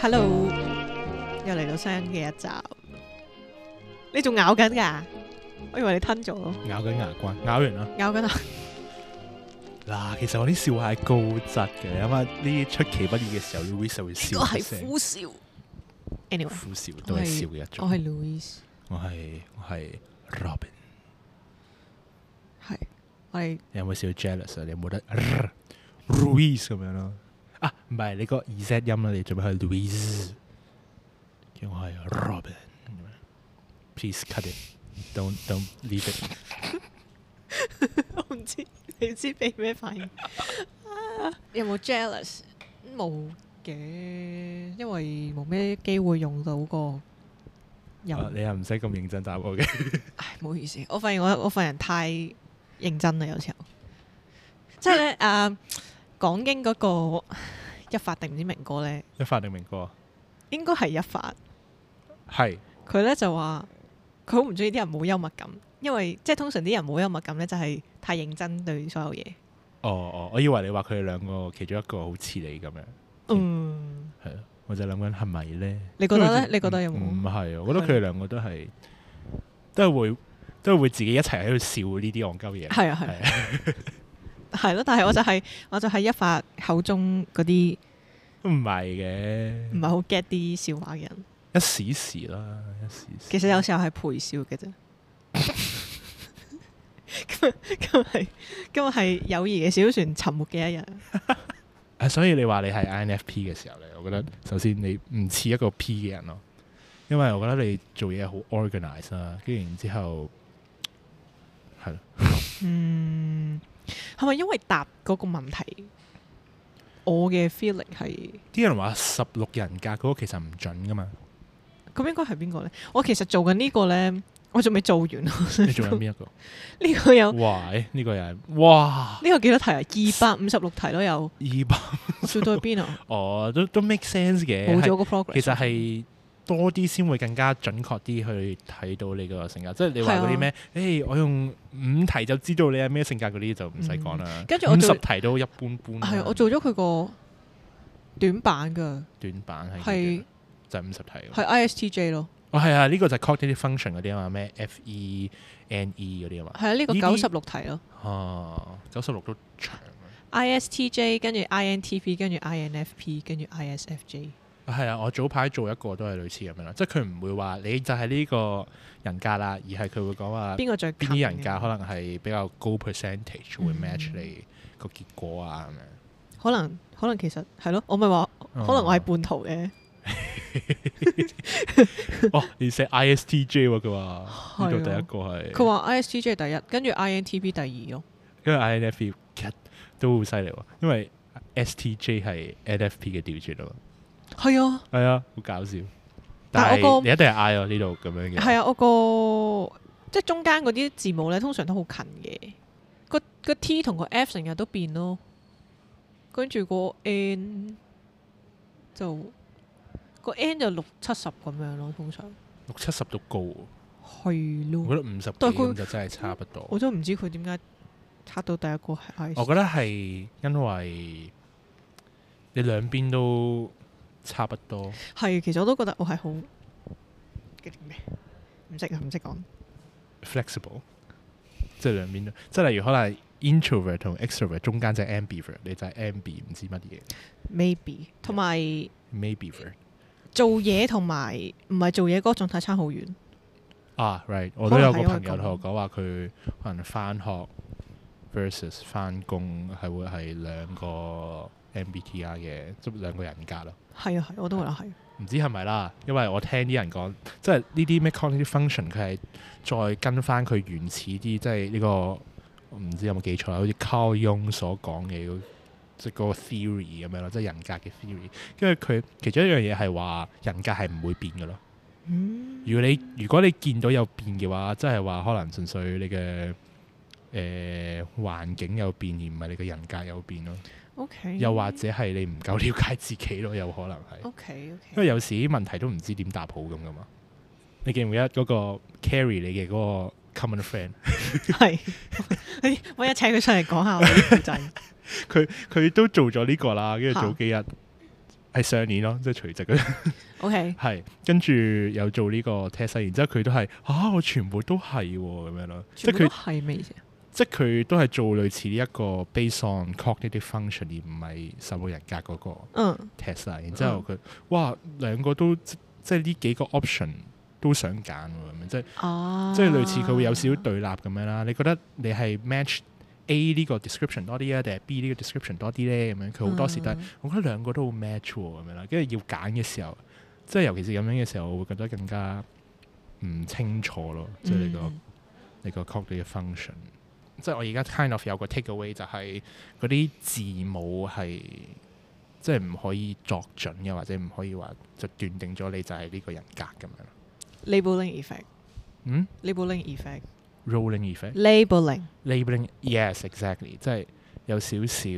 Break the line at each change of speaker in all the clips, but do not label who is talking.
Hello，又嚟到雙嘅一集，你仲咬緊㗎？我以為你吞咗，
咬緊牙關，咬完啦。
咬緊啊！
嗱，其實我啲笑話係高質嘅，你諗下呢啲出其不意嘅時候，你會就會笑出聲，
笑。Anyway，
苦笑都係笑嘅一
我
種。
係 Louis，
我係我係 Robin，
係我係
你有冇笑 jealous 啊？你有冇得 Louis 咁樣咯？啊，唔係你個 E Z 音啦，你做咩係 Louis？叫我係 Robin 咁樣。Please cut it. Don't don't leave it.
我唔知，你知俾咩反應？啊有冇 jealous？冇嘅，因為冇咩機會用到個人。
啊你又唔使咁認真答 我嘅。
唉，唔好意思，我發現我我份人太認真啦，有時候，即係 咧誒，港英嗰個一發定唔知明哥咧，
一發定明哥
應該係一發，
係
佢咧就話佢好唔中意啲人冇幽默感，因為即係通常啲人冇幽默感咧就係太認真對所有嘢。
哦哦，我以為你話佢哋兩個其中一個好似你咁樣。
嗯，
係咯，我就諗緊係咪咧？
你覺得
因為
咧你覺得有冇
唔係啊，我覺得佢哋兩個都係都係會都係會自己一齊喺度笑呢啲戇鳩嘢。
係啊係啊
係啊，
係咯，但係我就係、我就係一發口中嗰啲
唔係嘅，
唔係好 get 啲笑話嘅人，
一時時啦，一時時。
其實有時候係陪笑嘅啫。 今日今日係今日係友誼嘅小船沉沒嘅一日。
啊，所以你話你係 INFP 嘅時候咧，我覺
嗯
得首先你唔似一個 P 嘅人咯，因為我覺得你做嘢好 organize 啦，跟住然之後係咯
嗯，係咪因為答嗰個問題，我嘅 feeling 係
啲人話十六人格嗰個其實唔準噶嘛，
咁應該係邊個呢？我其實做緊呢個呢，我仲未做完。啊
你做緊邊一個？
呢個有呢
哇！欸呢、個又係哇
個幾多題啊？二百五十六題咯，有
二百
我做到去邊啊？
哦，都都 make sense 嘅。
冇咗
係
個 progress。
其實係多啲先會更加準確啲去睇到你個性格。即係你話
啊
嗰啲咩？誒，我用五題就知道你係咩性格嗰啲就唔使講啦。
嗯跟住我
五十
做
題都一般般啦。
係啊我做咗佢個短板㗎，
短板係
係
幾短就五十題㗎。
係 ISTJ 咯。
哦，係啊，呢個就係 cognitive function 嗰啲啊嘛，咩 F E N E 嗰啲啊嘛。
係啊，呢個
呢
九
啲
十六題咯
哦，九十六都長啊。
，ISTJ 跟住 INTP 跟住 INFP 跟住 ISFJ，
係啊，我早排做一個都係類似咁樣啦，即係佢唔會話你就係呢個人格啦，而係佢會講話
邊個嗯最近
邊啲人
嘅
格可能係比較高 percentage 會 match 你個結果啊咁樣。
可能可能其實係咯，我咪話可能我係半途嘅，
哦，你寫 ISTJ 喎，佢話呢度
係啊
第一個係，
佢話 ISTJ 第一，跟住 INTP 第二咯，
因為 INFP 都好犀利喎，因為 STJ 係 NFP 嘅調轉啊嘛，
係啊
係啊，好搞笑。
但
但
係我
係
個
你一定係 I 啊呢度咁樣嘅，
係啊，我個即係中間嗰啲字母咧，通常都好近嘅，個個 T 同個 F 成日都變咯，跟住個 N 就個 N 就六七十咁樣咯，通常
六七十度高喎，
係咯
我。覺得五十幾
但係佢
咁就真係差不多。
我都唔知佢點解測到第一個係 I。
我覺得係因為你兩邊都差不多，
係，其實我都覺得我係好嗰啲咩，唔識啊，唔識講。
flexible，即係兩邊都，即係例如可能 introvert 同 extrovert 中間就係 ambivert，你就係 ambi 唔知乜嘢
Maybe 同埋
maybivert
做嘢同埋唔係做嘢嗰個狀態差好遠。
啊，right，我都有個
可能係
朋
因為
友
咁
同我講話佢可能翻學 versus 翻工係會係兩個 MBTI 嘅，即係兩個人格咯。
係啊，係，我都覺得係。
唔知係咪啦，因為我聽啲人講，即係呢啲咩 cognitive function，佢係再跟翻佢原始啲，即係呢、個我唔知有冇記錯啦，好似 Carl Jung 所講嘅嗰即係嗰個 theory 咁樣咯，即係人格嘅 theory。跟住佢其中一樣嘢係話人格係唔會變嘅咯。
嗯，
如果你如果你見到有變嘅話，即係話可能純粹你嘅誒、呃、環境有變，而唔係你嘅人格有變咯。
OK。
又或者係你唔夠了解自己咯，有可能係。
OK
因
OK。
為有時啲問題都唔知點答好咁噶嘛。你記唔記得嗰個 carry 你嘅嗰個 common friend？
係， 我一請佢上嚟講下我啲故仔。
佢佢都做咗呢個啦，跟住早幾日係上年咯，即係除夕嗰
OK，
係跟住有做呢個 test，然之後佢都係啊，我全部都係喎咁樣咯，
全
即係
部
佢
都係咩意思啊？即
即係佢都係做類似呢一個 based on cognitive function 而唔係十六人格嗰個
嗯
test 啦。然之後佢哇兩個都即即係呢幾個 option 都想揀喎咁樣，即係
啊，
即係類似佢會有少少對立咁樣啦。你覺得你係 match A 呢個 description 多啲啊，定係 B 呢個 description 多啲咧？咁樣佢好多時都係
嗯
我覺得兩個都好 match 喎咁樣啦，跟住要揀嘅時候，即係尤其是咁樣嘅時候，我會覺得更加唔清楚咯，即係你個
嗯
你個 cognitive function。即係我而家 kind of 有個 take away 就係嗰啲字母係即係唔可以作準嘅，或者唔可以話就斷定咗你就係呢個人格咁樣。
labeling effect，labeling
嗯
effect。
，rolling effect。
labeling
labeling yes exactly，即係有少少，即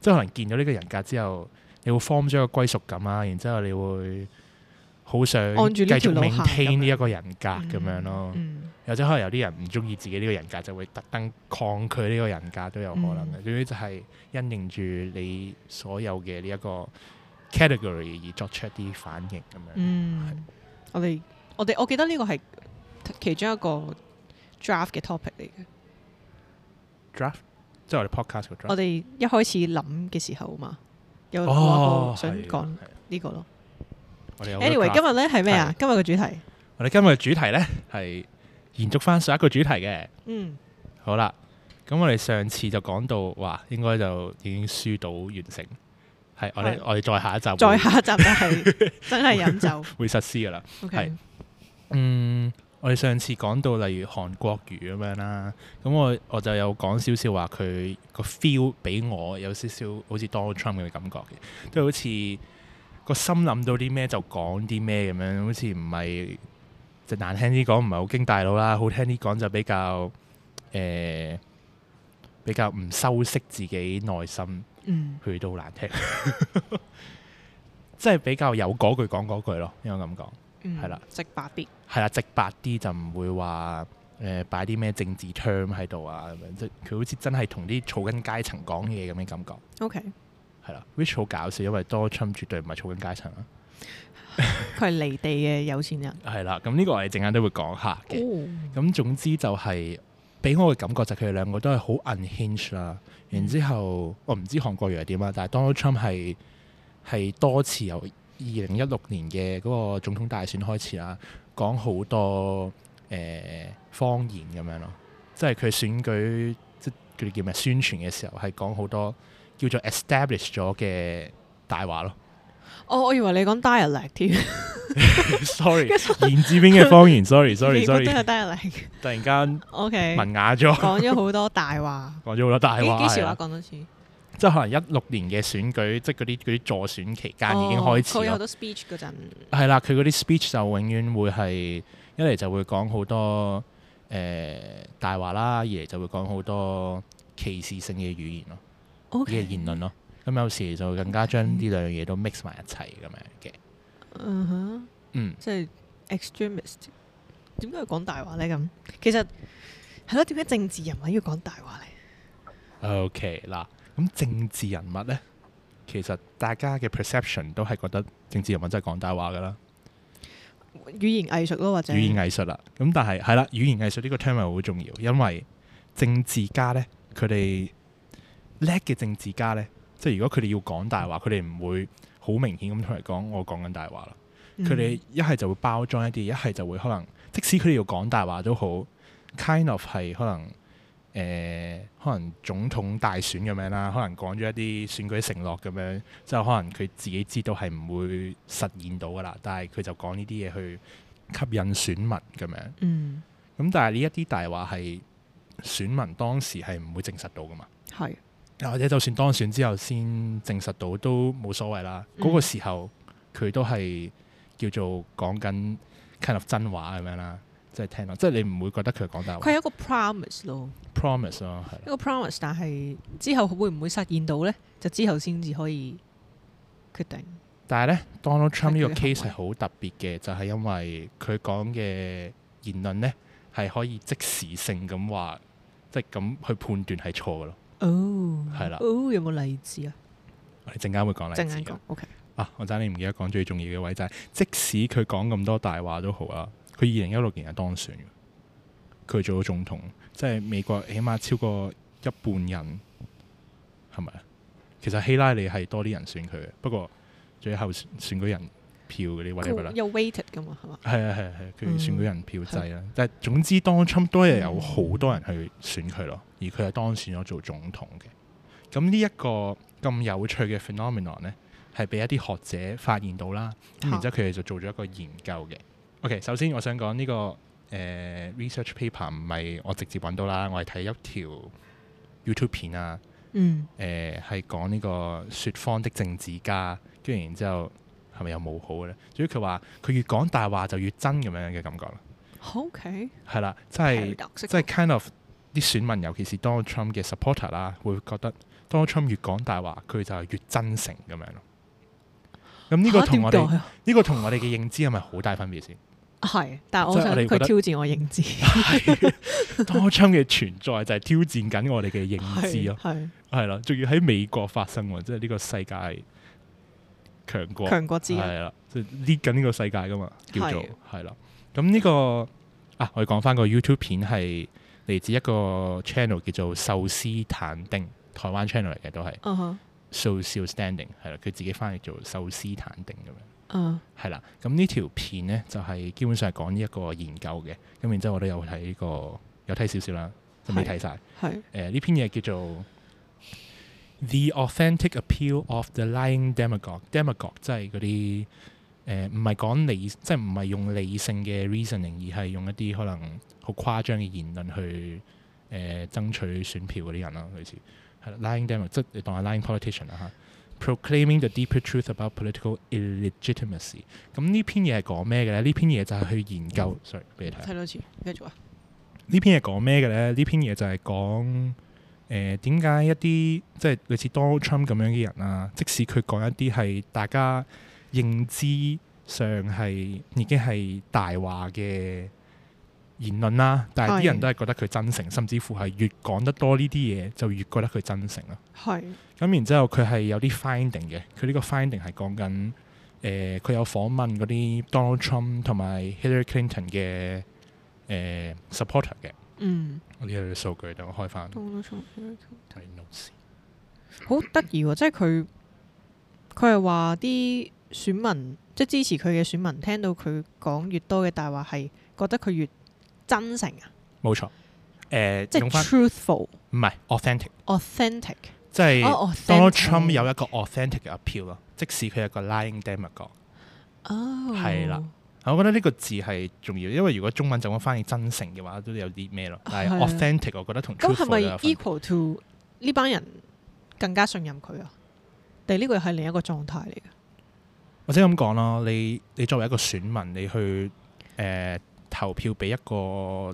係可能見到呢個人格之後，你會 form 咗一個歸屬感啊，然之後你會好想
按住
繼
呢條
續
路行
maintain
咁樣
呢一個人格啊咁樣咯，
嗯
或者可能有啲人唔中意自己呢個人格，就會特登抗拒呢個人格都有可能嘅。
嗯
總之就係因應住你所有嘅呢一個 category 而作出一啲反應咁樣。
嗯，我哋我哋我記得呢個係其中一個 draft 嘅 topic 嚟嘅。
draft 即係我哋 podcast 個 draft。
我哋一開始諗嘅時候嘛，有話
哦
過，想
係
講
係
呢個咯。
我哋有
anyway，
draft
今日咧係咩啊？今日嘅主題，
我哋今日嘅主題呢，係延續翻上一個主題嘅，
嗯，
好啦。咁我哋上次就講到話，應該就已經輸到完成，係我哋
係
我哋再下一集會
再下一集就 係真係飲酒。
會實施噶啦。
OK，
係嗯，我哋上次講到例如韓國語咁樣啦，咁我我就有講少少話佢個 feel 俾我有少少好似 Donald Trump 嘅感覺嘅，都好似個心諗到啲咩就講啲咩咁樣，好似唔係就難聽啲講唔係好經大腦啦，好聽啲講就比較誒、呃比較唔修飾自己內心。
嗯
佢都好難聽， 即係比較有嗰句講嗰句咯，應該咁講。
嗯，
係啦，
直白啲。
係啦，直白啲就唔會話誒擺啲咩政治 term 喺度啊咁樣，即係佢好似真係同啲草根階層講嘢咁嘅感覺，
OK，
係啦，which 好搞笑，因為 Donald Trump 絕對唔係草根階層啊啦，
佢係離地嘅有錢人。
係啦，咁呢個我哋陣間都會講下嘅。
哦，
咁總之就係、俾我嘅感覺就係佢哋兩個都係好 unhinged 啦。
嗯
然之後我唔知韓國瑜係點啦，但係 Donald Trump 係係多次由二零一六年嘅嗰個總統大選開始啦，講好多誒、呃、方言咁樣咯，即係佢選舉即佢哋叫咩宣傳嘅時候係講好多叫做 establish 咗嘅大話咯。
哦，我以為你講 dialect 添，
sorry，言字邊嘅方言
你
，sorry，sorry，sorry，
覺得係 dialect。
突然間
OK，
文雅咗，
講咗好多大話。
講咗好多大
幾
話。
幾時
係啊
話講多次？
即係可能一六年嘅選舉，即係嗰啲嗰啲助選期間已經開
哦佢
始
有好
咯。
多 speech 嗰陣，
係啦、佢嗰啲 speech 就永遠會係一嚟就會講好多誒大話啦，二嚟就會講好多歧視性嘅語言咯，
O
嘅言論咯。咁有時就更加將呢兩樣嘢都 mix 埋一齊咁樣嘅。
嗯哼，
嗯，
即係 extremist。點解要講大話咧？咁其實係咯，點解政治人物要講大話咧？
OK 嗱，咁政治人物呢，其實大家嘅 perception 都係覺得政治人物真係講大話㗎啦。
語言藝術咯，或者
語言藝術啦。咁但係係啦，語言藝術呢個 term 係好重要，因為政治家呢，佢哋叻嘅政治家呢，即係如果佢哋要講大話，佢哋唔會好明顯咁同你講我講緊大話啦。
嗯
佢哋一係就會包裝一啲，一係就會可能即使佢哋要講大話都好，kind of 係可能。誒、可能總統大選咁樣啦，可能講咗一啲選舉承諾咁樣，即係可能佢自己知道係唔會實現到噶啦，但係佢就講呢啲嘢去吸引選民咁樣。
嗯
咁但係呢一啲大話係選民當時係唔會證實到噶嘛，
係
或者就算當選之後先證實到都冇所謂啦。嗰、
嗯
個時候佢都係叫做講緊 kind of 真話咁樣啦，即係聽落，即係你唔會覺得佢係講大
佢
話
有一個 promise 咯，
promise 咯，係
一個
啦
promise，但係之後會唔會實現到咧？就之後先至可以決定。
但係呢 Donald Trump 呢
係佢
個
嘅
case 係好特別嘅，就係、因為佢講嘅言論呢係可以即時性咁話，即係咁去判斷係錯嘅咯。
哦，
係啦
哦，有冇例子啊？
我哋陣間會講例
陣
子
間
嘅
講。OK，
啊，我爭你唔記得講最重要嘅位就係、即使佢講咁多大話都好啊，佢二零一六年係當選嘅，佢做咗總統，即係美國起碼超過一半人係咪啊？其實希拉里係多啲人選佢嘅，不過最後選選舉人票嗰啲 whatever 啦
佢，有 weighted 噶嘛，係嘛？
係啊係啊係，佢
嗯
選舉人票制啦。但係總之，Donald Trump 都係有好多人去選佢咯，而佢係當選咗做總統嘅。咁呢一個咁有趣嘅 phenomenon 呢，係俾一啲學者發現到啦。咁
嚇
然之後佢哋就做咗一個研究嘅。OK，首先我想講呢、個誒、呃 research paper 唔係我直接揾到啦，我係睇一條 YouTube 片啊。
嗯，
誒呃係講呢個説謊的政治家，跟住然之後係咪有冇好嘅咧？至於佢話佢越講大話就越真咁樣嘅感覺啦，
好 OK，
係啦，即係
即
即係 kind of 啲選民，尤其是 Donald Trump 嘅 supporter 啦，會覺得 Donald Trump 越講大話，佢就係越真誠咁樣咯。咁呢個同我哋呢個同我哋嘅認知係咪好大分別先？
係，但係我
即係
想
我哋覺
佢
得
挑戰我認知，
係 Donald Trump 嘅存在就係挑戰緊我哋嘅認知咯
係。係
係啦，仲要喺美國發生喎，即係呢個世界強國，
強國之一，
係啦，即係 lead 緊呢個世界噶嘛，叫做
係
係啦。咁呢、個啊，我哋講翻個 YouTube 片係嚟自一個 channel 叫做壽司坦丁，台灣 channel 嚟嘅都係
嗯哼，
Social Standing 係啦，佢自己翻譯做壽司坦丁咁樣。
嗯
係啦，咁呢條片呢，就係、基本上係講呢一個研究嘅，咁然之後我都有睇呢個有睇少少啦，就未睇晒。
係
誒呃呢篇嘢叫做 The Authentic Appeal of the Lying Demagogue。Demagogue 即係嗰啲誒唔係講理，即係唔係用理性嘅 reasoning，而係用一啲可能好誇張嘅言論去誒、呃、爭取選票嗰啲人啦，類似係啦，lying demagogue 即係你當係 lying politician 啦嚇。Proclaiming the deeper truth about political illegitimacy。咁呢篇嘢係講咩嘅咧？呢篇嘢就係去研究，sorry，俾你睇下。
睇多次，繼續啊，
呢篇嘢講咩嘅咧？呢篇嘢就係講誒點解一啲即係類似 Donald Trump 咁樣嘅人啊，即使佢講一啲係大家認知上係已經係大話嘅言論啦，但係啲
係
人都係覺得佢真誠，甚至乎係越講得多呢啲嘢，就越覺得佢真誠啦。
係
咁然之後佢係有啲 finding 嘅，佢呢個 finding 係講緊誒，佢、有訪問嗰啲 Donald Trump 同埋 Hillary Clinton 嘅誒、呃 supporter 嘅。
嗯，
我呢度嘅數據等我開翻睇
多多重複
notes 先。
好得意喎！即係佢佢係話啲選民，即係支持佢嘅選民，聽到佢講越多嘅大話，係覺得佢越真誠啊，
冇錯，誒、
即
用
係
翻
truthful、
唔係 authentic，
authentic。
即係
哦，authentic
Donald Trump 有一個 authentic 嘅 appeal 咯，即使佢係個 lying demagogue。
哦，
係啦，啊我覺得呢個字係重要，因為如果中文就咁翻譯真誠嘅話，都有啲咩咯。但係
係啊
authentic，我覺得同
咁係咪
truthful 都有分別
equal to 呢班人更加信任佢啊？定呢個係另一個狀態嚟嘅？
或者咁講咯，你你作為一個選民，你去誒、呃投票俾一個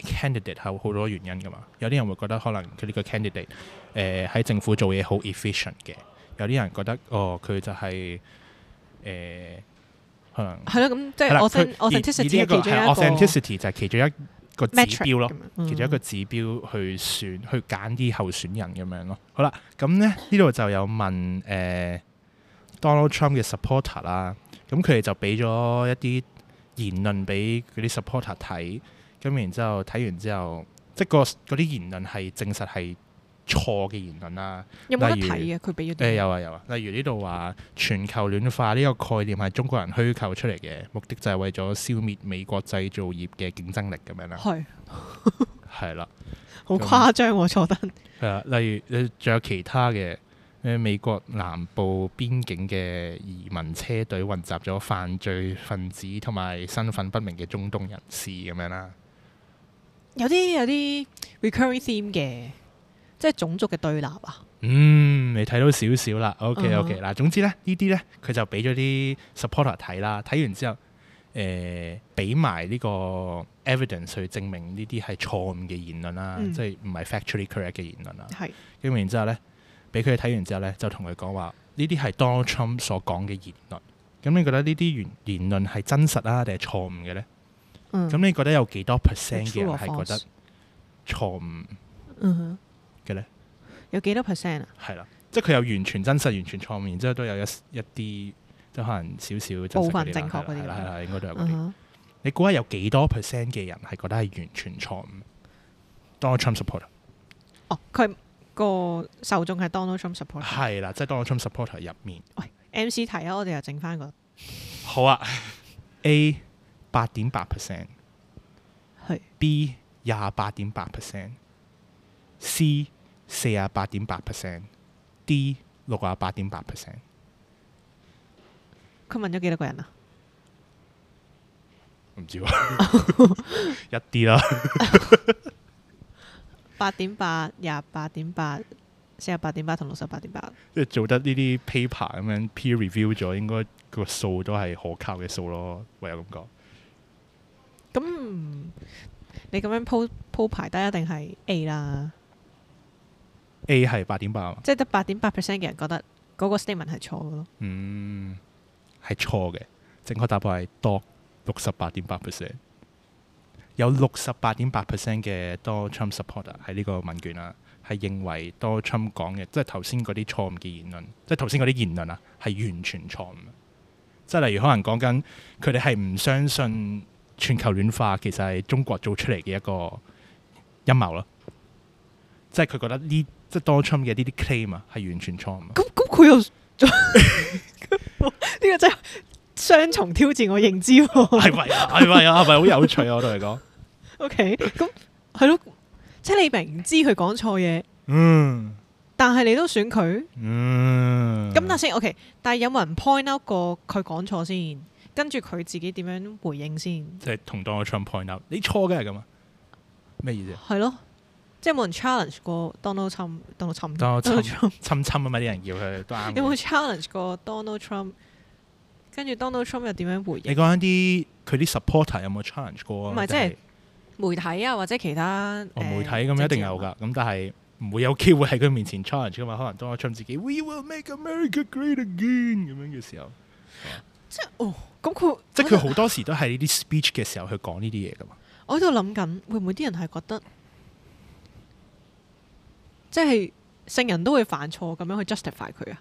candidate 係有好多原因噶嘛。有啲人會覺得可能佢呢個 candidate 誒、喺政府做嘢好 efficient 嘅，有啲人覺得哦佢就係、誒、可能
係咯，咁即
係啦
係我
佢
authent-
而而呢
authenticity 係其中一個
係 authenticity 就係其中一個指
metric
標咯
咁。樣，嗯
其中一個指標去選去揀啲候選人咁樣咯。好啦，咁咧呢度就有問誒、呃 Donald Trump 嘅 supporter 啦，咁佢哋就俾咗一啲言論俾嗰啲 supporter 睇，咁然之後睇完之後，即係個嗰啲言論係證實係錯嘅言論啦。
有冇得
例如
睇嘅？佢俾咗
誒、
啲
有啊有啊，例如呢度話全球暖化呢個概念係中國人虛構出嚟嘅，目的就係為咗消滅美國製造業嘅競爭力咁樣啦，
係
係啦。
好誇張喎，坐得
係啊，例如誒，仲有其他嘅咩美國南部邊境嘅移民車隊混雜咗犯罪分子同埋身份不明嘅中東人士咁樣啦，
有啲有啲 recurring theme 嘅，即係種族嘅對立啊。
嗯，你睇到少少啦。OK
嗯
OK，嗱、總之咧，呢啲咧佢就俾咗啲 supporter 睇啦，睇完之後，誒俾埋呢個 evidence 去證明呢啲係錯誤嘅言論啦，
嗯
即係唔係 factually correct 嘅言論啦。
係
跟住然之後咧，俾佢哋睇完之後咧，就同佢講話：呢啲係 Donald Trump 所講嘅言論。咁你覺得呢啲言言論係真實啊，定係錯誤嘅咧？
嗯
咁、你覺得有幾多 percent 嘅
True
人
or
係覺得
false？
錯誤
嗯哼
嘅咧？
有幾多 percent 啊？
係啦，即係佢有完全真實、完全錯誤，然之後都有一一啲即係可能少少真實
部分
嗰啲啦
正確嗰啲
係啦係啦係啦，應該都有嗰
嗯
啲。
哼
你估下有幾多 percent 嘅人係覺得係完全錯誤？Donald Trump supporter
哦，佢個受眾係 Donald Trump support。
係啦，即係 Donald Trump supporter 入面。
MC 題啊，我哋又整翻個
好啊，A 八點八 percent，B
係。
廿八點八 percent，C 四廿八點八 percent，D 六廿八點八 percent。
佢問咗幾多個人啊？
唔知喎，一啲啦。
八點八、廿八點八、四十八點八同六十八點八。
即係做得呢啲 paper 咁樣 peer review 咗，應該個數都係可靠嘅數咯，唯有咁講。
咁你咁樣鋪鋪排得一定係 A 啦，
A 係八點八啊嘛，
即係得八點八 percent 嘅人覺得嗰個 statement 係錯嘅咯。
嗯，係錯嘅，正確答案係多六十八點八 percent，有六十八點八 percent 嘅 Donald Trump supporter 喺呢個問卷啦，係認為 Donald Trump 講嘅，即係頭先嗰啲錯誤嘅言論，即係頭先嗰啲言論啊，係完全錯誤嘅。即係例如可能講緊佢哋係唔相信全球暖化其實係中國做出嚟嘅一個陰謀咯，即係佢覺得呢即係 Donald Trump 嘅呢啲 claim 啊係完全錯誤啊。
咁咁佢又 呢個真係雙重挑戰我認知喎。
係咪啊？係咪啊？係咪好有趣啊？我同你講，
O K，咁係咯，即係你明知佢講錯嘢，
嗯
但係你都選佢。
嗯，
咁但先 O K，但係有冇人 point out 過佢講錯先？跟住佢自己點樣回應先？
即係同 Donald Trump point out，你錯嘅係咁啊？咩意思啊？
係咯，即係冇人 challenge 過 Donald Trump，Donald
Donald
Trump，Donald Trump。
侵侵啊嘛，啲人叫佢都啱
有冇
嘅。
challenge 過 Donald Trump？跟住 Donald Trump 又點樣回
你
應
講緊啲佢啲 supporter 有冇 challenge 過啊？
唔係即
定
係媒體啊，或者其他
哦
誒
媒體咁一定有。㗎，咁但係唔會有機會喺佢面前 challenge 㗎嘛？可能 Donald Trump 自己 We will make America great again 咁樣嘅時候，
政治人物哦，咁佢
即係佢好多時都係呢啲 speech 嘅時候去講呢啲嘢㗎嘛。
我喺度諗緊，會唔會啲人係覺得，即係聖人都會犯錯咁樣去 justify 佢啊？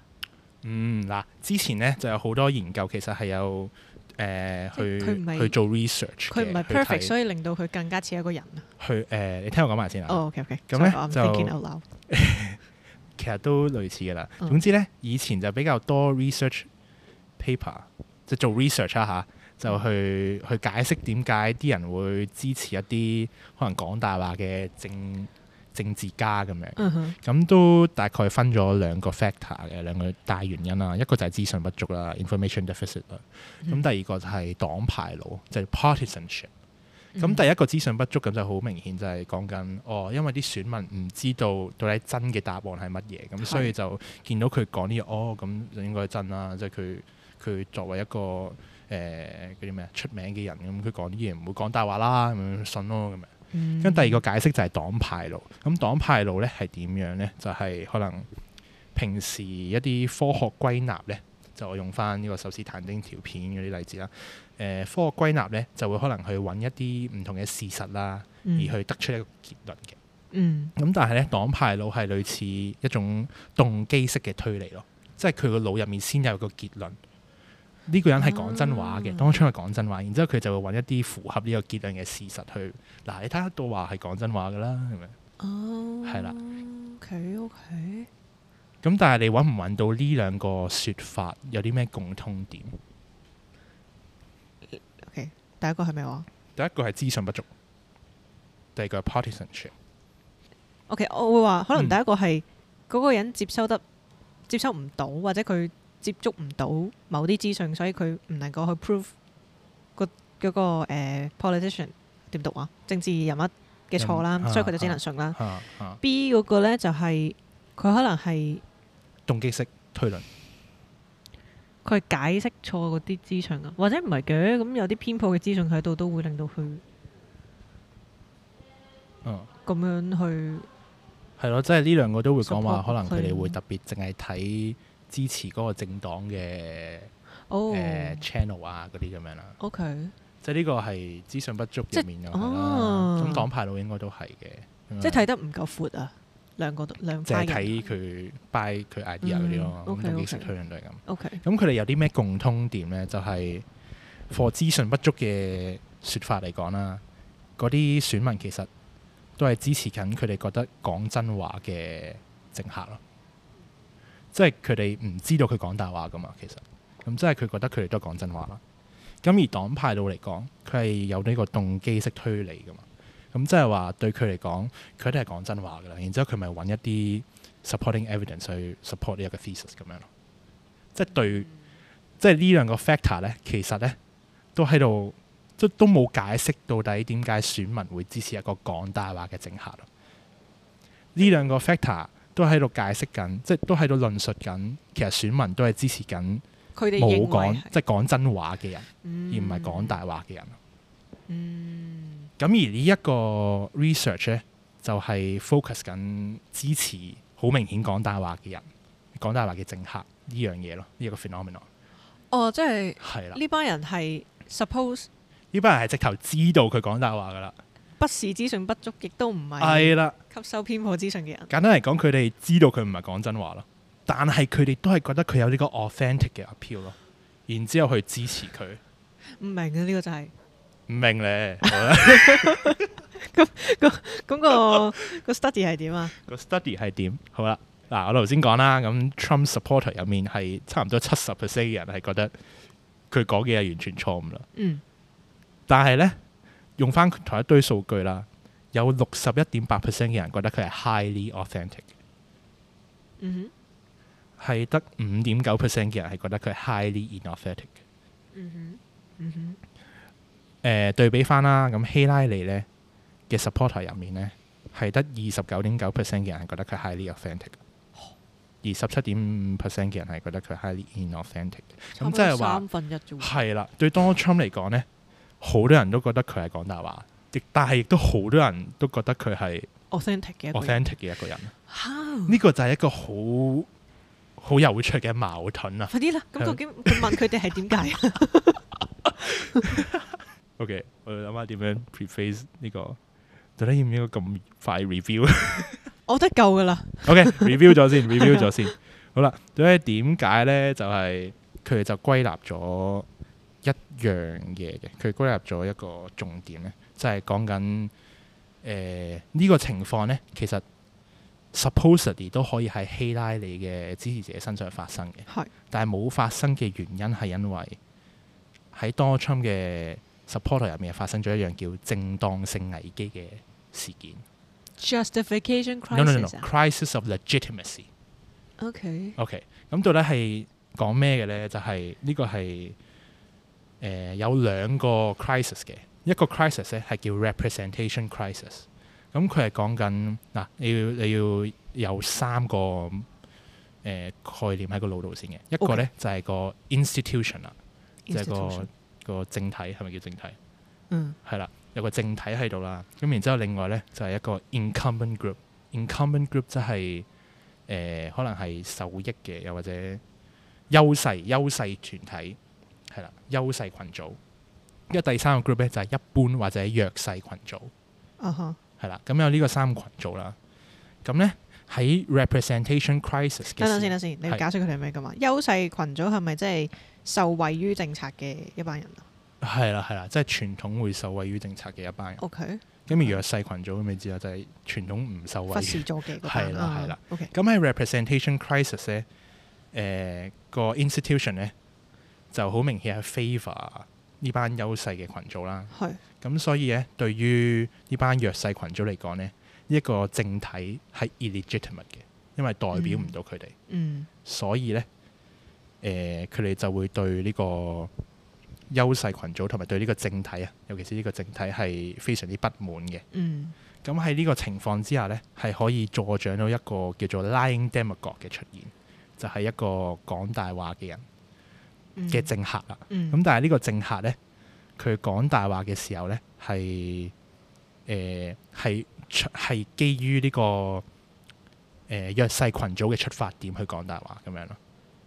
嗯，嗱，之前咧就有好多研究，其實係有誒、呃
即係
去
佢唔係
去做 research
佢唔係
嘅去
perfect，
睇
所以令到佢更加似一個人啊。
去誒、呃你聽我講埋先啊。
哦，OK OK，
咁呢
我唔
就
thinking out loud。
其實都類似嘅啦。
嗯
總之咧，以前就比較多 research paper，即係做 research 啦、吓，就
嗯
去去解釋點解啲人會支持一啲可能講大話嘅政政治家咁樣。
嗯哼，
咁都大概分咗兩個 factor 嘅兩個大原因啦，一個就係資訊不足啦 （information deficit） 啦，咁、
嗯
第二個就係黨派佬，就係 partisanship。咁、
嗯
第一個資訊不足咁就好明顯，就係講緊哦，因為啲選民唔知道到底真嘅答案係乜嘢，咁
係
所以就見到佢講呢嘢，哦，咁就應該係真啦，即係佢佢作為一個誒嗰啲咩出名嘅人，咁佢講啲嘢唔會講大話啦，咁樣信咯咁樣。
嗯
跟第二個解釋就係黨派路。咁黨派路咧係點樣咧？就係、可能平時一啲科學歸納咧，就我用翻呢個壽司坦丁條片嗰啲例子啦。誒、科學歸納咧就會可能去揾一啲唔同嘅事實啦，而
嗯
去得出一個結論嘅。
嗯
咁但係咧，黨派腦係類似一種動機式嘅推理咯，即係佢個腦入面先有個結論。呢、個人係講真話嘅，
啊
當初係講真話，然之後佢就會揾一啲符合呢個結論嘅事實去嗱，你睇得到話係講真話㗎啦，係咪？
哦，
係啦。
OK OK，
咁但係你揾唔揾到呢兩個説法有啲咩共通點？
第一個係咩話？
第一個係資訊不足，第二個係 partisanship。
O.K. 我會話可能
嗯
第一個係嗰個人接收得接收唔到，或者佢接觸唔到某啲資訊，所以佢唔能夠去 prove 個嗰個呃 politician 點讀啊政治人物嘅錯啦
人，啊
所以佢就只能信啦。
嚇嚇
B 嗰個咧就係佢可能係
動機式推論。
佢解釋錯嗰啲資訊啊，或者唔係嘅，咁有啲偏頗嘅資訊喺度都會令到佢
嗯
咁樣去
係咯，即係呢兩個都會講話，
Support
可能佢哋
佢
會特別淨係睇支持嗰個政黨嘅
哦。
誒 channel 啊嗰啲咁樣啦。
O.K.
即係呢個係資訊不足入面又係
即係哦
啦，咁黨派佬應該都係嘅。
即係睇得唔夠闊啊，兩個都兩
就
派
嗯係
人。
睇佢 buy 佢 idea 嗰啲咯
嗯，，OK，
咁
OK
技術推論都係咁。
O K，
咁佢哋有啲咩共通點咧？就係 for 資訊不足嘅説法嚟講啦，嗰啲選民其實都係支持緊佢哋覺得講真話嘅政客咯，即係佢哋唔知道佢講大話噶嘛，其實咁即係佢覺得佢哋都係講真話啦。咁而黨派度嚟講，佢係有呢個動機式推理噶嘛，咁即係話對佢嚟講，佢哋係講真話噶啦，然之後佢咪揾一啲 supporting evidence 去 support 呢一個 thesis 咁樣咯，即係對，即係呢兩個 factor 咧，其實咧都喺度，即都冇解釋到底點解選民會支持一個講大話嘅政客咯。呢兩個 factor 都喺度解釋緊，即係都喺度論述緊，其實選民都係支持緊
佢哋認
冇
為嗯
講
係，
即係講真話嘅人，而
而
唔係講。大話嘅人。
嗯
咁而呢一個 research 咧，就係、focus 緊支持好明顯講大話嘅人，講大話嘅政客呢樣嘢咯，呢、一個 phenomenon
哦，即係
係啦。
呢班人係 suppose
呢班人係直頭知道佢講大話噶啦，
不是資訊不足，亦都唔係
係啦。
吸收偏頗資訊嘅人。
簡單嚟講，佢哋知道佢唔係講真話咯，但係佢哋都係覺得佢有呢個 authentic 嘅 appeal 咯，然之後去支持佢。
唔明嘅呢個 就係
唔明咧，
咁個個 study 係點啊？
個 study 係點？好啦，嗱，我頭先講啦，咁 Trump supporter 入面係差唔多七十 percent 嘅人係覺得佢講嘅嘢完全錯誤啦。
嗯，
但係呢，用翻同一堆數據啦，有六十一點八 percent 嘅人覺得佢係 highly authentic，
嗯
係得五點九 percent 嘅人係覺得佢係 highly inauthentic 嘅。
哼，嗯哼，嗯哼，
誒、呃對比翻啦，咁希拉里呢嘅 supporter 入面呢，係得二十九點九 percent 嘅人係覺得佢 highly authentic，而十七點五 percent 嘅人係覺得佢 highly inauthentic。
差唔多
咁即係話
三分一啫喎。
係啦，對 Donald Trump 嚟講呢，好多人都覺得佢係講大話，亦但係亦都好多人都覺得佢係
authentic 嘅一個人。
authentic 嘅一個人。
How？
呢個就係一個好好有趣嘅矛盾啊。
快啲啦！咁
係
究竟佢問佢哋係點解啊？
OK，我哋諗下點樣 preface 呢、個，到底要唔要咁快 review？
我覺得夠噶啦。
OK，review 咗先，review 咗先。好啦，到底點解咧？就係佢哋就歸納咗一樣嘢嘅，佢歸納咗一個重點咧，就係講緊誒呢個情況咧，其實 supposedly 都可以喺希拉里嘅支持者身上發生嘅，
係
但係冇發生嘅原因係因為喺 Donald Trump 嘅 supporter 入面發生咗一樣叫正當性危機嘅事件。
justification
No no no
crisis 啊。
no，crisis of legitimacy。
OK，
OK，咁到底係講咩嘅咧？就係、呢個係誒、呃有兩個 crisis 嘅，一個 crisis 咧係叫 representation crisis。咁佢係講緊嗱，你要你要有三個誒、呃概念喺個腦度先嘅，一個咧就係、個 institution 啦，就係
institution
個個政體係咪叫政體？
嗯
係啦，有個政體喺度啦。咁然之後，另外咧就係、一個 incumbent group。incumbent group 即係誒、呃可能係受益嘅，又或者優勢優勢團體係啦，優勢群組。因為第三個 group 咧就係、一般或者弱勢群組
啊哈。
係啦。咁有呢個三個群組啦。咁咧喺 representation crisis 嘅
等等
時
先，等先，你要
係
假設佢哋係咩噶嘛？優勢群組係咪即係受惠於政策嘅一班人啊
係啦係啦，即係傳統會受惠於政策嘅一班人。
？OK，
咁而弱勢群組咁你知啦，就係、傳統唔受惠
忽
嘅
視咗嘅嗰班
係啦係啦
啊 OK，
咁喺 representation crisis 咧，誒、個 institution 咧就好明顯係 favour 呢班優勢嘅群組啦。
係
咁所以咧，對於呢班弱勢群組嚟講咧，呢、一個政體係 illegitimate 嘅，因為代表唔到佢哋，
嗯
所以咧誒佢哋就會對呢個優勢群組同埋對呢個政體啊，尤其是呢個政體係非常之不滿嘅。
嗯
咁喺呢個情況之下呢，係可以助長到一個叫做 lying demagogue 嘅出現，就係、一個講大話嘅人
嗯
嘅政客啦。
嗯
咁、但係呢個政客呢，佢講大話嘅時候呢，係誒係出係基於呢、個誒、呃弱勢群組嘅出發點去講大話咁樣咯，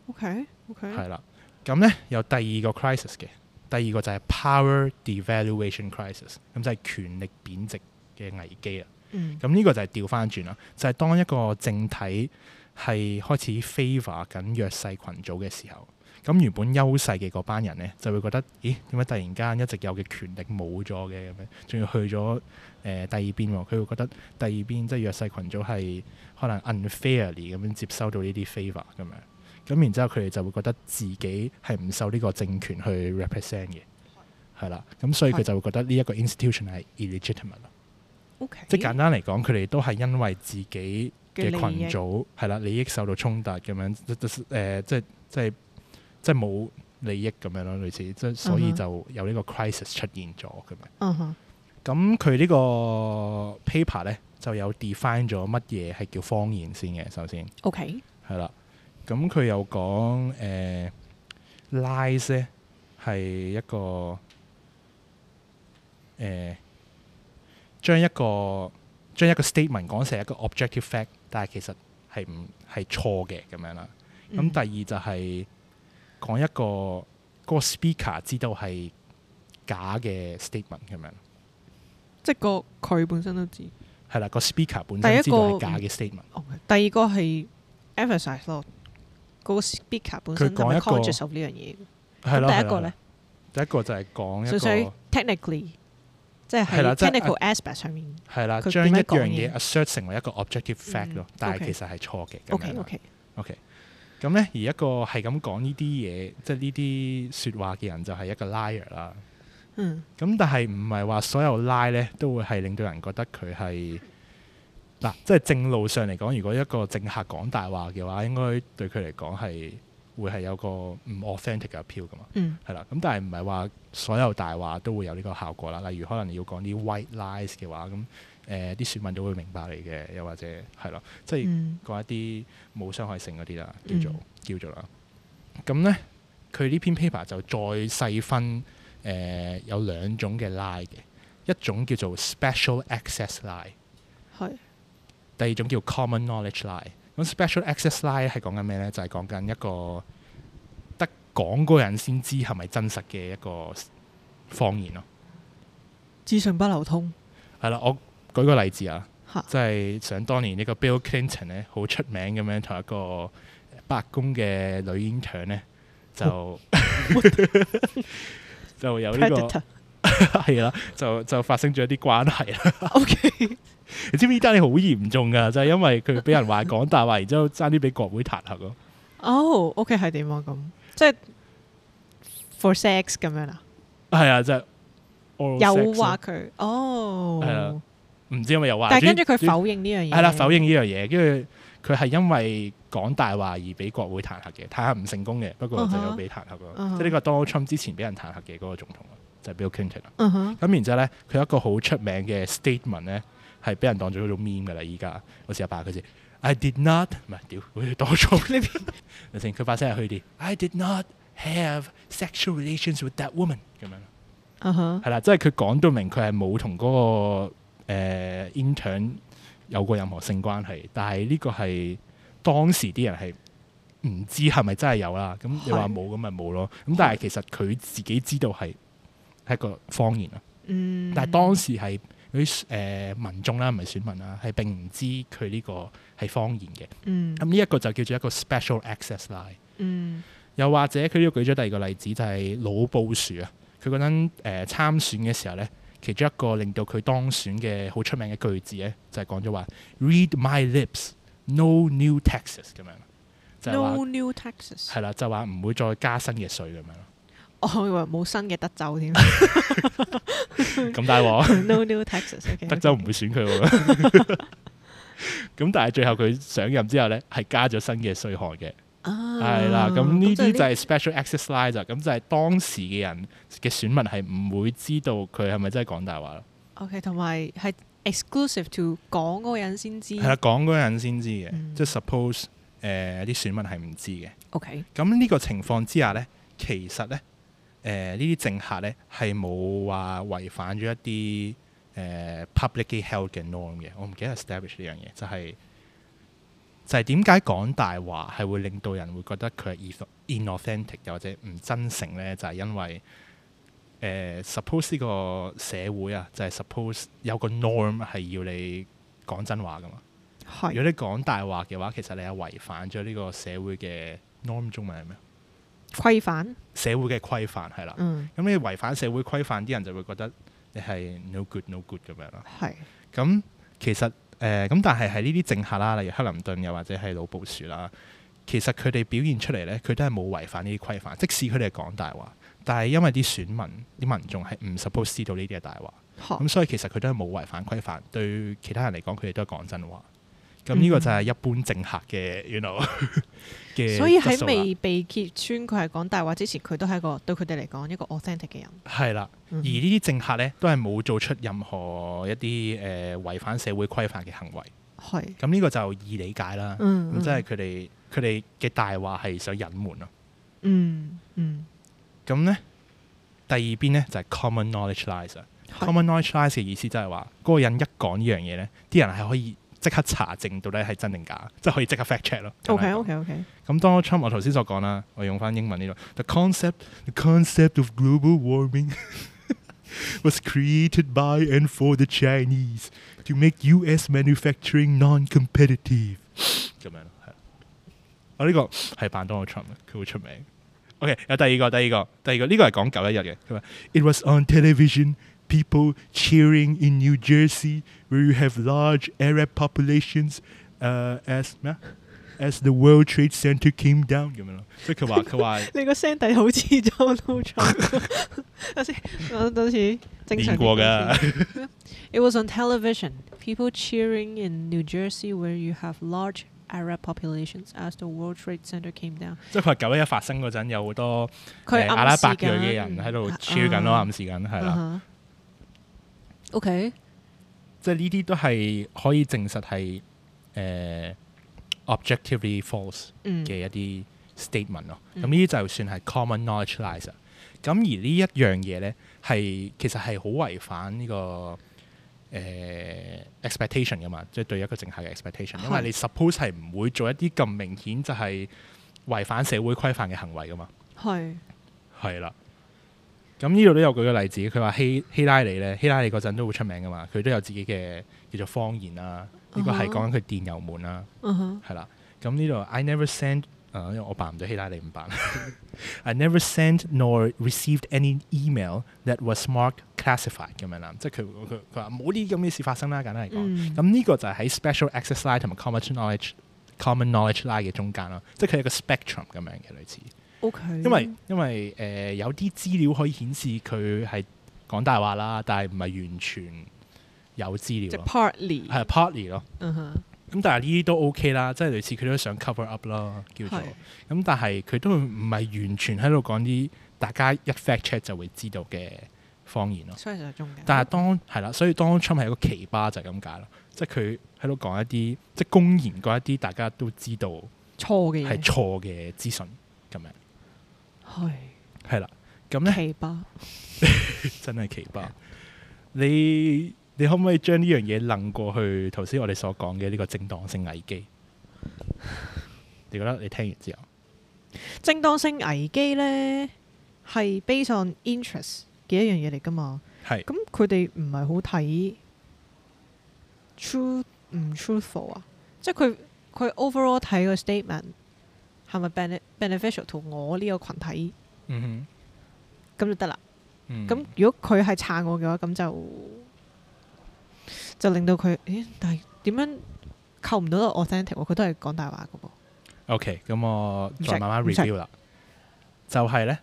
OK OK
係啦。咁呢，有第二個 crisis 嘅，第二個就係 power devaluation crisis，咁就係權力貶值嘅危機啦。
嗯
咁呢個就係調翻轉啦，就係、當一個政體係開始 favor 緊弱勢群組嘅時候，咁原本優勢嘅嗰班人呢，就會覺得，咦點解突然間一直有嘅權力冇咗嘅咁樣，仲要去咗誒、呃第二邊喎？佢會覺得第二邊即係弱勢群組係可能 unfairly 咁樣接收到呢啲 favor 咁樣，咁然之後佢哋就會覺得自己係唔受呢個政權去 represent 嘅，係啦，咁所以佢
係
就會覺得呢一個 institution 係 illegitimate 啦。
，OK，
即係簡單嚟講，佢哋都係因為自己嘅
利益
群組係啦，利益受到衝突咁樣，即即誒即係即係即係冇利益咁樣咯，類似即係所以
嗯哼
就有呢個 crisis 出現咗咁樣。
嗯哼，
咁佢呢個 paper 咧就有 define 咗乜嘢係叫方言先嘅，首先
OK，
係啦。咁佢又講誒、呃 lies 咧係一個誒、呃、將一個將一個 statement 講成一個 objective fact，但係其實係唔係錯嘅咁樣啦。咁、
嗯
第二就係講一個嗰、個 speaker 知道係假嘅 statement 咁樣，
即係個佢本身都知。
係啦，個 speaker 本
第一個
身知道係假嘅 statement。
哦第二個係 emphasize 咯，嗰個 speaker 本身
佢
係
講
咪
一個
conscious of 呢樣嘢？
係
咁
啦，係
第一個
啦
咧，，
第一個就係講
純
一個
粹。technically，即係
係
喺
啦即係
technical aspect 上面。
係啦，
佢
將一
點樣
樣
講嘢
嘢 assert 成為一個 objective fact 咯
嗯，
但係
OK
其實係錯嘅。咁
OK
樣啦
OK，
OK。咁咧，而一個係咁講呢啲嘢，即係呢啲説話嘅人就係一個 liar 啦。
嗯
咁但係唔係話所有 lie 咧都會係令到人覺得佢係嗱，即係正路上嚟講，如果一個政客講大話嘅話，應該對佢嚟講係會係有個唔 authentic 嘅 appeal 噶嘛。
嗯
係啦，咁但係唔係話所有大話都會有呢個效果啦。例如可能你要講啲 white lies 嘅話，咁誒啲選民都會明白你嘅，又或者係咯，即係
嗯
講一啲冇傷害性嗰啲啦，叫
嗯
做、叫做啦。咁咧，佢呢篇 paper 就再細分誒、呃有兩種嘅 lie 嘅，一種叫做 special access lie，
係
第二種叫 common knowledge lie。咁 special access lie 係講緊咩咧？就係講緊一個得講嗰人先知係咪真實嘅一個方言咯。
資訊不流通
係啦，我舉個例子啊，
嚇，
即係想當年呢個 Bill Clinton 咧，好出名咁樣同一個白宮嘅女 intern 咧， 就就有呢、個
predator。
係啦，就就發生咗一啲關係啦。
OK，
你知唔知呢單嘢好嚴重㗎？就係、因為佢俾人話講大話，然之後爭啲俾國會彈劾咯。
哦，OK 係點啊？咁即係 for sex 咁樣啦，
係啊，就係 oral
誘惑
sex 咯
佢
係啊
哦，
唔知因為又話，
但係跟住佢
總之
否認呢樣嘢，
係啦，否認呢樣嘢，跟住佢係因為講大話而俾國會彈劾嘅，彈劾唔成功嘅，不過就有俾彈劾咯。
嗯哼
即係呢個 Donald Trump 之前俾人彈劾嘅嗰個總統啊，就係、Bill Clinton 啦。
嗯哼，
咁然之後咧，佢有一個好出名嘅 statement 咧，係俾人當咗做 meme 噶啦。依家我試下爆佢先，I did not 唔係屌，好似 Donald Trump 呢 邊。等先，佢把聲係虛啲，I did not have sexual relations with that woman 咁樣。
嗯哼，
係啦，即係佢講到明，佢係冇同嗰個誒 intern 有過任何性關係，但係呢個係當時啲人係唔知係咪真係有啦。咁你話
係
冇咁咪冇咯。咁但係其實佢自己知道係係一個謊言啦。啊
嗯，
但係當時係嗰啲誒民眾啦，唔係選民啦，係並唔知佢呢個係謊言嘅。
嗯
咁呢一個就叫做一個 special access lie。
嗯
又或者佢呢度舉咗第二個例子，就係、老布殊啊。佢嗰陣誒參選嘅時候咧，其中一個令到佢當選嘅好出名嘅句子咧，就係講咗話 Read my lips, no new taxes 咁樣，就係話
，no new taxes。
係啦，就話唔會再加新嘅稅咁樣咯。
我以為冇新嘅德州 添
咁大鑊，
，no new Texas。
德州唔會選佢喎。咁但係最後佢上任之後咧，係加咗新嘅稅項嘅。
啊，
係啦，咁呢啲就
係
係 special access lie 咋，咁就係當時嘅人嘅選民係唔會知道佢係咪真係講大話啦。
OK，同埋係 exclusive to 講嗰個人先知。
係啦，講嗰人先知嘅，
嗯
即係 suppose 誒、啲選民係唔知嘅。
OK，
咁呢個情況之下呢，其實呢，誒呢啲政客呢係冇話違反咗一啲誒、publicly 呃 held 嘅 norm 嘅。我唔記得 establish 呢樣嘢，就係、就係點解講大話係會令到人會覺得佢係 inauthentic 又或者唔真誠呢？就係、因為呃誒、suppose 呢個社會啊，就係、suppose 有個 norm 係要你講真話噶嘛。如
係
果你講大話嘅話，其實你係違反咗呢個社會嘅 norm 中文係咩？
規範，
社會嘅規範係啦。
嗯，
咁你違反社會規範，啲人就會覺得你係 no good no good 咁樣啦。
係
咁其實誒咁、但係喺呢啲政客啦，例如克林頓又或者係老布殊啦，其實佢哋表現出嚟咧，佢都係冇違反呢啲規範，即使佢哋係講大話，但係因為啲選民、啲民眾係唔 suppose 知道呢啲係大話，
學
咁所以其實佢都係冇違反規範，對其他人嚟講，佢哋都係講真話。咁呢個就係一般政客嘅，you know 嘅質素啦。
所以喺未被揭穿佢係講大話之前，佢都係一個對佢哋嚟講一個 authentic 嘅人。
係啦，而
嗯
呢啲政客咧都係冇做出任何一啲誒、呃、違反社會規範嘅行為。
係，
咁呢個就易理解啦。
嗯，
咁即係
係，
佢哋佢哋嘅大話係想隱瞞咯。
嗯嗯，
咁呢，第二邊呢就係、common knowledge lies 啊。
係
common knowledge lies 嘅意思就係話嗰個人一講呢樣嘢呢，啲人係可以即刻查證到底係真定假，即係可以即刻 fact check 咯。
OK OK OK，
咁 Donald Trump 我頭先所講啦，我用翻英文呢度，the concept the concept of global warming 。Was created by and for the Chinese to make U.S. manufacturing non-competitive 咁樣咯，係啦。我呢個係扮 Donald Trump 嘅，佢好出名。OK，有第二個，第二個，第二個，呢、個係講九一日嘅。佢話：It was on television. People cheering in New Jersey, where you have large Arab populations, uh, as 咩啊 As the World Trade Center came down 咁樣咯。即係佢話佢話
你個聲底好似 Donald Trump，等先，我等次 正常
練過
嘅。
㗎。
It was on television. People cheering in New Jersey, where you have large Arab populations, as the World Trade Center came down.
即係佢話九一一發生嗰陣，有好多
佢
誒阿拉伯
暗示
裔嘅
緊嗯
人喺度 cheer 緊咯，暗示緊係。啦。
啊 OK，
即係呢啲都係可以證實係誒 objectively false。
嗯，
嘅一啲 statement 咯。咁
嗯
呢啲就算係 common knowledge lies 啊。咁而呢一樣嘢咧，係其實係好違反呢、個誒、呃 expectation 噶嘛，即係對一個政客嘅 expectation。因為
係
你 suppose 係唔會做一啲咁明顯就係違反社會規範嘅行為噶嘛。
係
係啦。咁呢度都有舉個例子，佢話希希拉里咧，希拉里嗰陣都好出名噶嘛，佢都有自己嘅叫做方言啦。呢個係
嗯
講緊佢電郵門啦。
嗯哼，
係啦。咁呢度 I never sent 誒、因為我扮唔到希拉里唔扮。I never sent nor received any email that was marked classified 咁樣啦，即係佢佢佢話冇呢啲咁嘅事發生啦，簡單嚟講。
嗯
咁呢、個就係喺 special access line 同埋 common knowledge common knowledge line 嘅中間咯，即係佢有個 spectrum 咁樣嘅類似。
，OK，
因為因為誒、呃有啲資料可以顯示佢係講大話啦，但係唔係完全有資
即係
料咯，
partly，
啊係 partly 咯。
嗯哼，
咁但係呢啲都 OK 啦，即係類似佢都想 cover up 啦，叫做
係
咁，但係佢都唔係完全喺度講啲大家一 fact check 就會知道嘅方言咯。
所以就係中間，
但係當係啦，所以 Donald Trump 係一個奇葩就係咁解咯，即係佢喺度講一啲即係公然嗰一啲大家都知道
錯嘅
係
嘢
錯嘅資訊咁樣，
係
係啦，咁咧
奇葩，
真係奇葩。你你可唔可以將呢樣嘢楞過去頭先我哋所講嘅呢個正當性危機？你覺得你聽完之後？
正當性危機咧係 based on interest 嘅一樣嘢嚟㗎嘛。
係
咁佢哋唔係好睇 truth 唔 truthful 啊，即係佢佢 overall 睇個 statement 係咪 bene- beneficial to 我呢個群體
嗯
咁就得啦。
哼，
咁、如果佢係撐我嘅話，咁就就令到佢，咦？但係點樣扣唔到個 authentic 喎？佢都係講大話嘅
OK，咁我
唔
再
使
慢慢
唔使
review 啦。就係呢，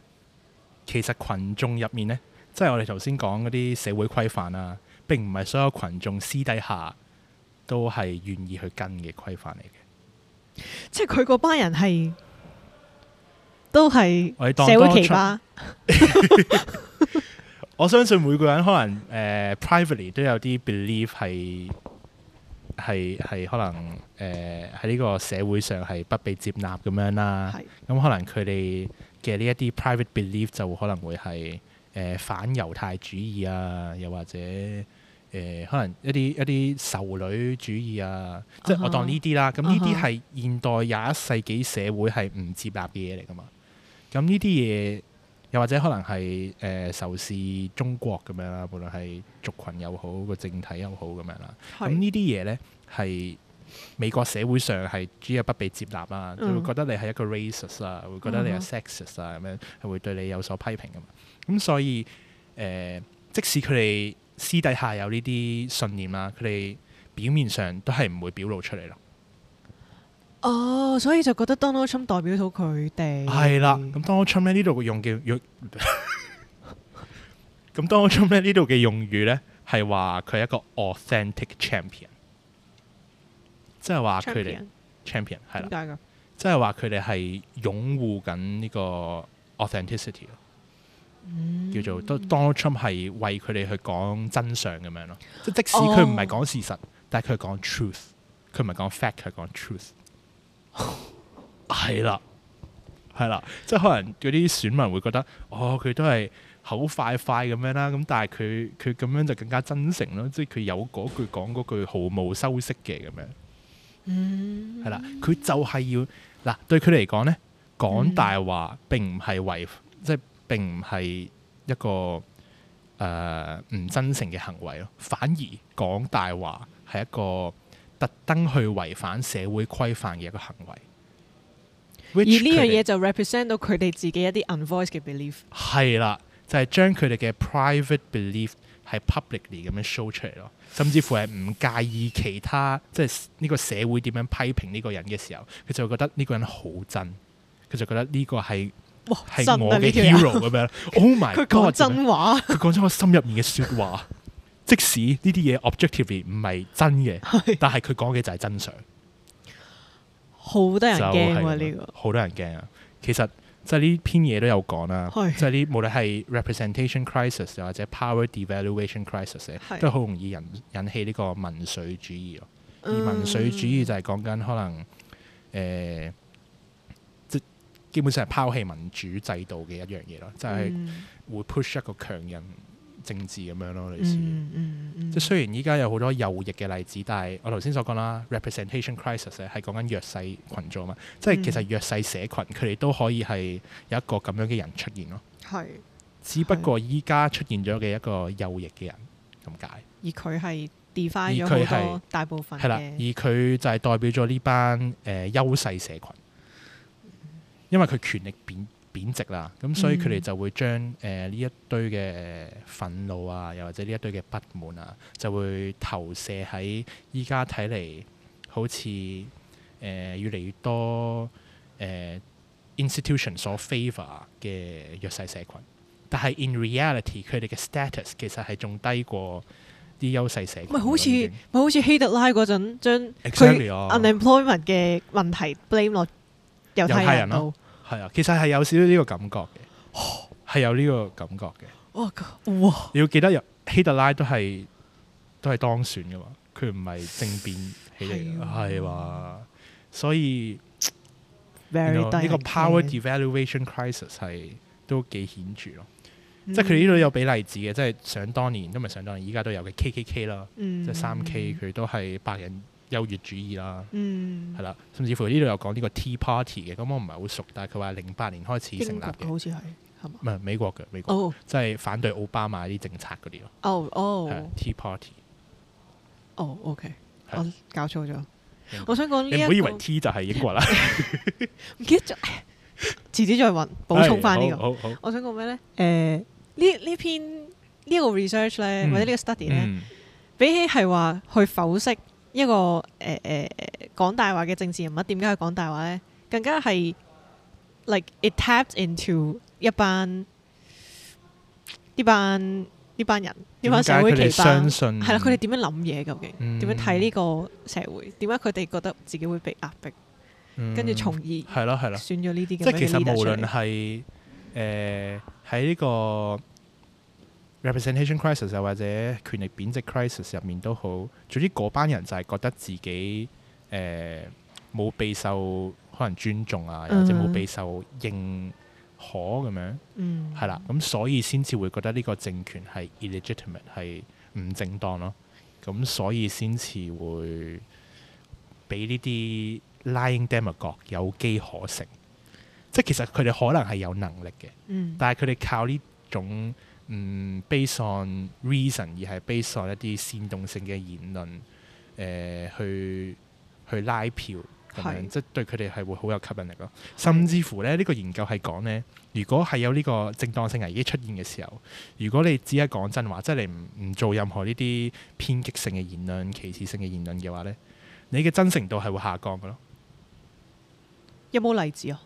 其實群眾入面呢，即係我哋頭先講嗰啲社會規範啊，並唔係所有群眾私底下都係願意去跟嘅規範嚟嘅。
噃，即係佢嗰班人係都係
我哋當
社會
Donald 啊
奇葩，
我相信每個人可能誒、呃 privately 都有啲 belief 係係係可能誒喺呢個社會上係不被接納咁樣啦。
係
咁可能佢哋嘅呢一啲 private belief 就可能會係誒、呃反猶太主義啊，又或者誒、呃可能一啲一啲仇女主義啊，即係我當呢啲啦。咁呢啲
啊哈
係現代廿一世紀社會係唔接納嘅嘢嚟噶嘛。咁呢啲嘢又或者可能係誒、呃仇視中國咁樣啦，無論係族群又好，個政體又好咁樣啦。咁
係
呢啲嘢呢，係美國社會上係主要不被接納啦，佢、
嗯
會覺得你係一個 racist 啊，會覺得你
嗯哼
係 sexist 啊，咁樣係會對你有所批評啊噶嘛。咁所以誒、呃即使佢哋私底下有呢啲信念啦，佢哋表面上都係唔會表露出嚟咯。
哦，所以就覺得 Donald Trump 代表到佢哋
係啦，咁 Donald Trump 咧呢度嘅用嘅用， 咁 Donald Trump 咧呢度嘅用語咧係話佢係一個 authentic champion，即係話佢哋
Champion，
champion 係啦
點，解㗎？
即係話佢哋係擁護緊呢個 authenticity 咯叫做都 Donald Trump 係為佢哋去講真相咁樣咯，即即使佢唔係講事實，但係佢係講 truth，佢唔係講 fact，佢係講 truth。係啦，係啦，即係可能嗰啲選民會覺得，哦，佢都係口快快咁樣啦，咁但係佢佢咁樣就更加真誠咯，即係佢有嗰句講嗰句毫無修飾嘅咁樣。
嗯
係啦，佢就係要嗱，對佢嚟講咧，
嗯
講大話並唔係違，即係並唔係一個誒唔、真誠嘅行為咯，反而講大話係一個特登去違反社會規範嘅一個行為。
而呢樣嘢
嘢
就 represent 到佢哋自己一啲 unvoiced 嘅 belief。
係啦，就係將佢哋嘅 private belief 係 publicly 咁樣 show 出嚟咯，甚至乎係唔介意其他即係呢個社會點樣批評呢個人嘅時候，佢就會覺得呢個人好真，佢就覺得呢個係
哇，
係
真啊
我嘅
呢條友
hero 咁樣。Oh my
佢
god！
講真話，
佢講咗我心入面嘅説話，即使呢啲嘢 objectively 唔係真 嘅，但係佢講嘅就係真相。
好得人
就
驚喎
係
呢個。
好多人驚啊！其實即係呢篇嘢都有講啦，
係
即係呢無論係 representation crisis 又或者 power devaluation crisis 咧
係
都好容易引引起呢個民粹主義咯。而
嗯
民粹主義就係講緊可能誒、呃即基本上係拋棄民主制度嘅一樣嘢咯，就係、
嗯
會 push 一個強人政治咁樣咯，類似。
嗯嗯嗯
即係雖然依家有好多右翼嘅例子，但係我頭先所講啦，representation crisis 咧係講緊弱勢群組嘛，即係其實
嗯
弱勢社群佢哋都可以係有一個咁樣嘅人出現咯，
係，
只不過依家出現咗嘅一個右翼嘅人咁解，
而佢係 define
而
咗
佢
好
係
多大部分
係啦，
嘅
而佢就係代表咗呢班誒、呃、優勢社群，因為佢權力貶貶值啦，咁所以佢哋
嗯
就會將誒呢一堆嘅憤怒啊，又或者呢一堆嘅不滿啊，就會投射喺依家睇嚟好似誒、呃越嚟越多誒、呃 institution 所 favour 嘅弱勢社群，但係 in reality 佢哋嘅 status 其實係仲低過啲優勢社群㗎
咪
咯，
好似
已經
咪好似希特拉嗰陣將
Exactly
佢
啊
unemployment 嘅問題 blame 落猶
猶太
太人
人咯
度。
係啊，其實係有少少呢個感覺嘅，係有呢個感覺嘅。
哇哇！
你要記得，希特拉都係都係當選噶嘛，佢唔係政變起嚟
係啊
㗎，
喎
係話，所以 you
very
know，
低
呢個
人
power
嘅
devaluation crisis 係都幾顯著咯。
嗯
即係佢哋呢度有俾例子嘅，即係想當年都唔係想當年，依家都有嘅 KKK 啦，
嗯
即係三 K 佢都係白人優越主義啦。
嗯
係啦，甚至乎呢度有講呢個 Tea Party 嘅，咁我唔係好熟，但係佢話零八年開始
英
成立
國嘅
嘅，
好似係係嘛
唔？係美國嘅美國，
哦
即係反對奧巴馬啲政策嗰啲咯，
哦
係
哦
啊 Tea Party。
哦，OK，
係
我搞錯咗
英。
我想講呢
你唔好以
一個
為 T 就係英國啦，
唔記得咗，唉遲啲再揾 補充翻呢
係
個。
好好好，
我想講咩咧？誒呢呢篇呢個 research 咧，
嗯
或者呢個 study 咧，
嗯
比起係話去剖析一個誒誒誒講大話嘅政治人物點解去講大話咧，更加係 like it tapped into 一班呢班呢班人呢班社會
點解佢哋
奇葩
相。信
係啦，佢哋點樣諗嘢究竟？
嗯
點樣睇呢個社會？點解佢哋覺得自己會被壓迫？
嗯
跟住從而
係咯係咯，
選咗呢啲
即
咁樣
係
嘅
其實
leader
無
出嚟
論係誒喺呢個 representation crisis 啊又或者權力貶值 crisis 啊入面都好，總之嗰班人就係覺得自己誒冇、備受可能尊重啊，又或者冇
嗯
備受認可咁樣，
嗯
係啦、咁所以先至會覺得呢個政權係 illegitimate 係唔正當咯，咁所以先至會俾呢啲 lying demagogue 有機可乘。即係其實佢哋可能係有能力嘅，
嗯
但係佢哋靠呢種嗯 base on reason 而係 base on 一啲煽動性嘅言論，誒、去去拉票咁樣，
係
即係對佢哋係會好有吸引力咯。甚至乎咧，呢、個研究係講咧，如果係有呢個正當性危機出現嘅時候，如果你只係講真話，即係你唔唔做任何呢啲偏激性嘅言論、歧視性嘅言論嘅話咧，你嘅真誠度係會下降嘅咯。
有冇例子啊？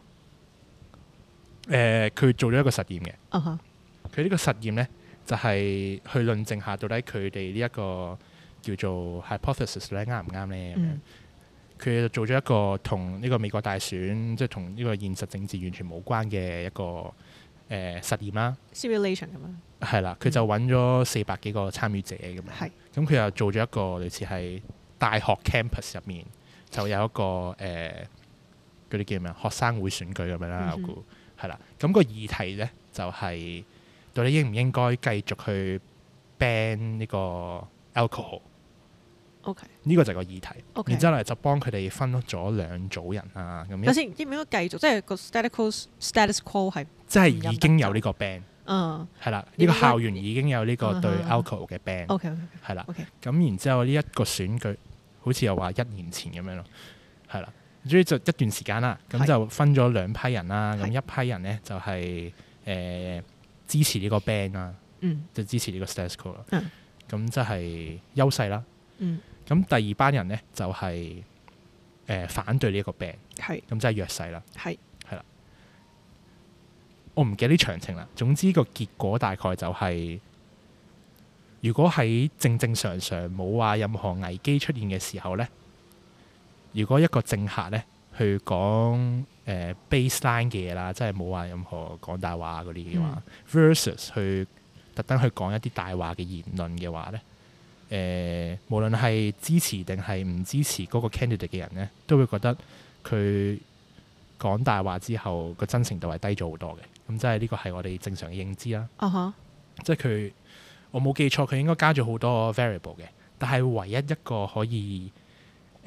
誒、佢做咗一個實驗嘅。
啊哈，
佢呢個實驗呢，就係、去論證下到底佢哋呢一個叫做 hypothesis 咧啱唔啱呢？咁樣
嗯
佢哋就做咗一個同呢個美國大選，即係同呢個現實政治完全冇關嘅一個誒、呃、實驗啦。
，simulation 咁樣，
係啦，佢就揾咗四百幾個參與者咁樣。
係
咁佢又做咗一個類似係大學 campus 入面就有一個誒嗰啲叫咩啊學生會選舉咁樣啦，
嗯哼
我估係啦。咁、個議題呢，就係、到底應唔應該繼續去 ban 呢個 alcohol？
OK。
呢個就係個議題。
OK
然之後咧就幫佢哋分咗兩組人啊，咁
首
一
先應唔應該繼續？即係個 status quo status quo 係
即係已經有呢個 ban
嗯
係啦，呢、
應該
個校園已經有呢個對
啊哈
alcohol 嘅 ban。
OK OK
係啦
OK，
咁然之後呢一個選舉，好似又話一年前咁樣咯，係啦。所以就一段時間啦，咁
係
就分咗兩批人啦。
係
咁一批人呢，就係、呃支持呢個 band 啦，
嗯
即係支持呢個 status quo 啦。
嗯
咁即係優勢啦。
嗯
咁第二班人呢，就係、呃反對呢一個 band，
係
咁即係弱勢啦。
係
我唔記得啲詳情啦。總之個結果大概就係、如果喺正正常常冇話任何危機出現嘅時候呢，如果一個政客呢去講誒、呃 baseline 嘅嘢啦，即係冇話任何講大話嗰啲嘅話、versus 去特登去講一啲大話嘅言論嘅話呢。誒、無論係支持定係唔支持嗰個 candidate 嘅人呢，都會覺得佢講大話之後個真誠度係低咗好多嘅。咁即係呢個係我哋正常嘅認知啦。
啊哈
即係佢，我冇記錯，佢應該加咗好多 variable 嘅，但係唯一一個可以誒、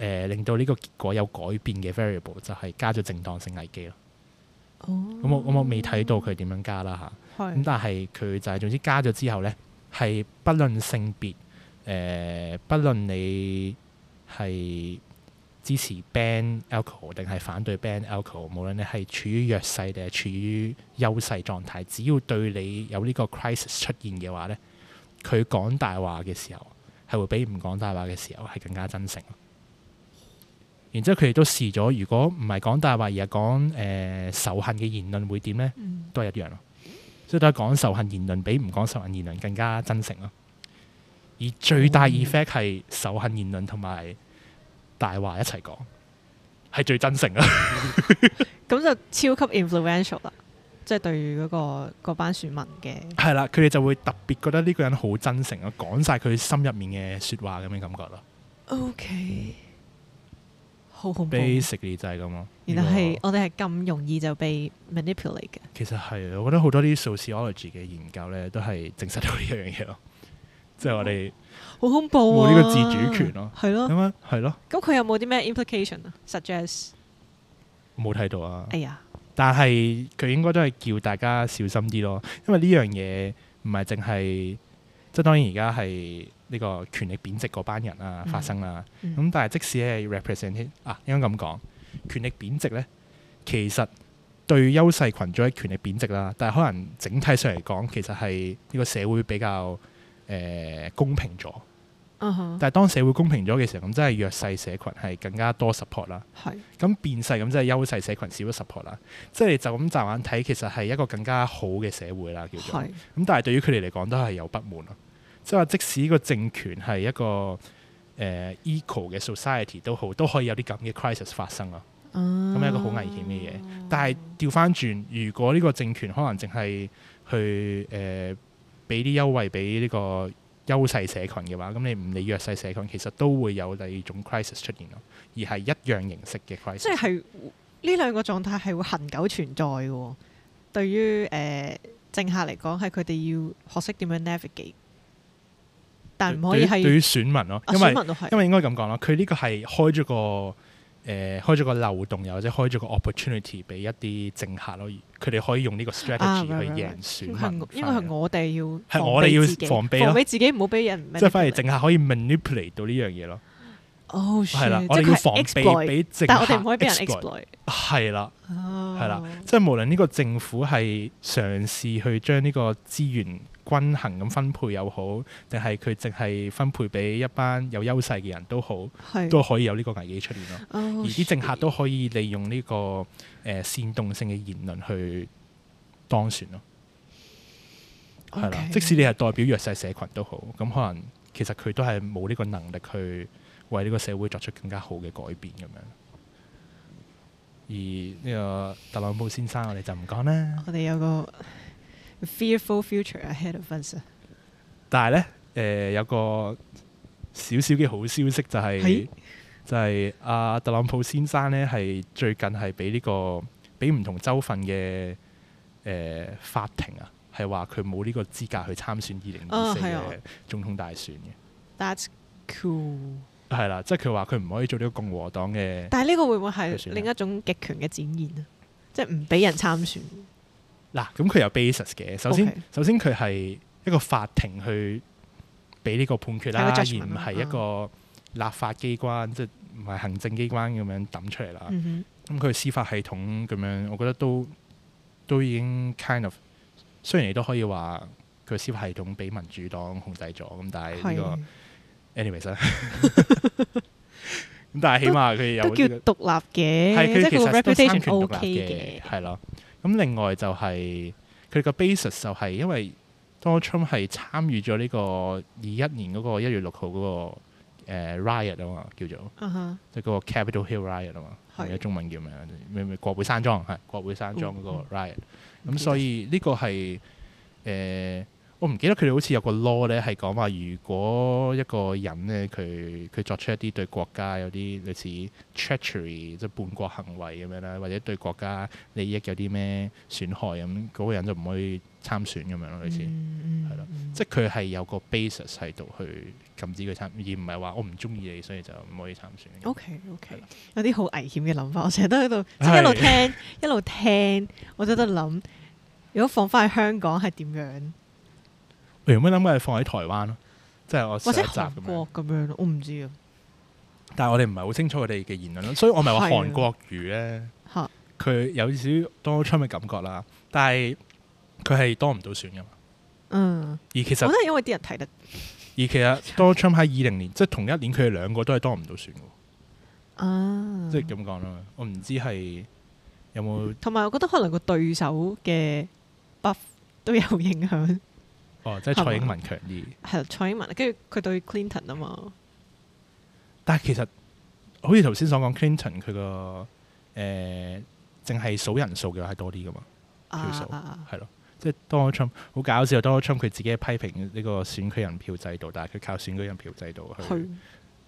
呃令到呢個結果有改變嘅 variable 就係加咗正當性危機咯。
哦嗯
咁我咁我未睇到佢點樣加啦嚇。咁
係
但係佢就係總之加咗之後呢，係不論性別，誒、呃不論你係支持 ban alcohol 定係反對 ban alcohol，無論你係處於弱勢定係處於優勢狀態，只要對你有呢個 crisis 出現嘅話呢，佢講大話嘅時候係會比唔講大話嘅時候係更加真誠咯。然之後佢哋都試咗，如果唔係講大話而係講誒仇恨嘅言論會點呢？
嗯
都係一樣咯。所以都係講仇恨言論比唔講仇恨言論更加真誠咯。而最
嗯
大 effect 係仇恨言論同埋大話一齊講，係最 真誠啦。
咁就超級 influential 啦，即係對嗰個嗰班選民嘅
係啦，佢哋就會特別覺得呢個人好真誠咯，講晒佢心入面嘅説話咁嘅感覺咯。
哦 OK，好恐怖。
Basically 就係咁咯。
原來係
呢個
我哋係咁容易就被 manipulate 嘅。
其實係，我覺得好多啲 sociology 嘅研究咧，都係證實到呢樣嘢咯。 即係我哋
好恐怖啊！
冇呢個自主權咯
係咯。
咁啊，係咯，
咁佢有冇啲咩 implication 啊？suggest，
冇睇到啊。
哎呀，
但係佢應該都係叫大家小心啲咯，因為呢樣嘢唔係淨係即係當然而家係呢個權力貶值嗰班人啊
嗯
發生啦。咁、
嗯
但係即使係 represent 啊，應該咁講，權力貶值呢，其實對優勢群組嘅權力貶值啦，但係可能整體上嚟講，其實係呢個社會比較誒、呃公平咗。
嗯哼，
但係當社會公平咗嘅時候，咁真係弱勢社群係更加多 support 啦。
係
咁變勢咁即係優勢社群少咗 support 啦，即係你就咁驟眼睇，其實係一個更加好嘅社會啦，叫做咁。
係
但係對於佢哋嚟講都係有不滿咯，即係話即使個政權係一個誒、呃 equal 嘅 society 都好，都可以有啲咁嘅 crisis 發生咯。
咁
係一個好危險嘅嘢但係調翻轉，如果呢個政權可能淨係去誒俾啲優惠俾呢個優勢社群嘅話，咁你唔理弱勢社群，其實都會有第二種 crisis 出現咯，而係一樣形式嘅 crisis。
即係呢兩個狀態係會恒久存在嘅喎。對於誒、呃政客嚟講，係佢哋要學識點樣 navigate，但唔可以
對於對
係
於選民咯，
啊
因
選
為
民都係
因為應該咁講啦，佢呢個係開咗個誒、誒開咗個漏洞，又或者開咗個 opportunity 俾一啲政客咯，佢哋可以用呢個 strategy
啊
去
，right，right，
贏
right
選
應
民
該
反
係我
而。
應該係我哋要
係我哋要
自己
防備咯
防備自己唔好俾人
即係反而
manipulate
政客可以 manipulate 到呢樣嘢咯，
哦，
係啦
shit，，
我
即
哋
係
要
佢
防
係
備
exploit，
俾政客
但係我哋唔可以俾人
exploit
exploit。哦
係啦，
係
係啦，即係無論呢個政府係嘗試去將呢個資源均衡咁分配又好，定係佢淨係分配俾一班有優勢嘅人都好，
係 Oh，哦
都可以有呢個危機出現咯。
而
而啲政客都可以利用呢、個誒、呃煽動性嘅言論去當選咯，係啦。即使你係代表弱勢社群都好，咁可能其實佢都係冇呢個能力去為呢個社會作出更加好嘅改變咁樣。而呢個特朗普先生，我哋就唔 講啦。
我哋有個 fearful future ahead of us 啊。
但係呢，誒、有個少少嘅好消息就係、
係
就係、阿、特朗普先生呢，係最近係俾呢個俾唔同州份嘅誒、呃、法庭啊，係話佢冇呢個資格去參選二零二
啊
四
係啊
嘅總統大選嘅，
That's cool。
係啦、即係佢話佢唔可以做呢個共和黨嘅。
但係呢個會唔會
佢選
係
啦
另一種極權嘅展現啊？即係唔俾人參選。
嗱，咁佢有 basis 嘅。首先
OK
首先佢係一個法庭去俾呢個判決啦，
係
而
個 judgment 啊嗯
唔
啦
係一個立法機關，即係唔係行政機關咁樣抌出嚟啦。
嗯
咁佢司法系統咁樣，我覺得都都已經 kind of，雖然你都可以話佢司法系統俾民主黨控制咗，咁但
哼，
係呢
係
個 anyways 啦。 咁但係起碼佢有
都叫
呢個
獨立
係
嘅，
佢
即
其
係個
實都三
reputation
權
OK
獨立嘅，嗯係咯。咁另外就係佢個 basis 就係因為 Donald Trump 係參與咗呢個二一年嗰個一月六號嗰個誒 riot 啊嘛，叫做。
啊哈
即係嗰個 Capitol Hill riot 啊嘛，
係
而家中文叫咩啊？咩咩國會山莊係國會山莊嗰個
嗯唔
riot。
記得
咁所以呢個係誒、呃我唔記得佢哋好似有個 law 咧，係講話如果一個人咧，佢佢作出一啲對國家有啲類似 treachery 即係叛國行為咁樣啦，或者對國家利益有啲咩損害咁，嗰、個人就唔可以參選咁樣咯，類似。
嗯
係咯，
嗯
即係佢係有個 basis 喺度去禁止佢參，而唔係話我唔中意你，所以就唔可以參選。
OK
係
OK，
啦
有啲好危險嘅諗法，我成日都喺度即係一路聽一路聽，我都喺度諗，如果放翻去香港係點樣，
我原本諗嘅係放喺台灣咯，即係我
或
上一
者
集咁
韓
樣。
國咁樣咯，我唔知啊
但係我哋唔係好清楚佢哋嘅言論咯，所以我咪話
係啊
韓國瑜咧，
嚇
佢有少少 Donald Trump 嘅感覺啦，但係佢係當唔到選噶嘛。
嗯，
而其實
我覺
而
得係因為啲人睇得
其實 Donald Trump 喺二零年，即係同一年，佢哋兩個都係當唔到選嘅喎，
啊，
即係咁講啦。我唔知係有冇
同埋我覺得可能個對手嘅 buff 都有影響，
哦，即係蔡英文強啲。
係蔡英文，跟住佢對 Clinton 啊嘛，
但係其實好似頭先所講，Clinton 佢個誒淨係數人數嘅話係多啲噶嘛。
啊
票數
啊啊
係咯，即係 Donald Trump 好搞笑，Donald 啊 Trump 佢自己係批評呢個選舉人票制度，但係佢靠選舉人票制度去
啊去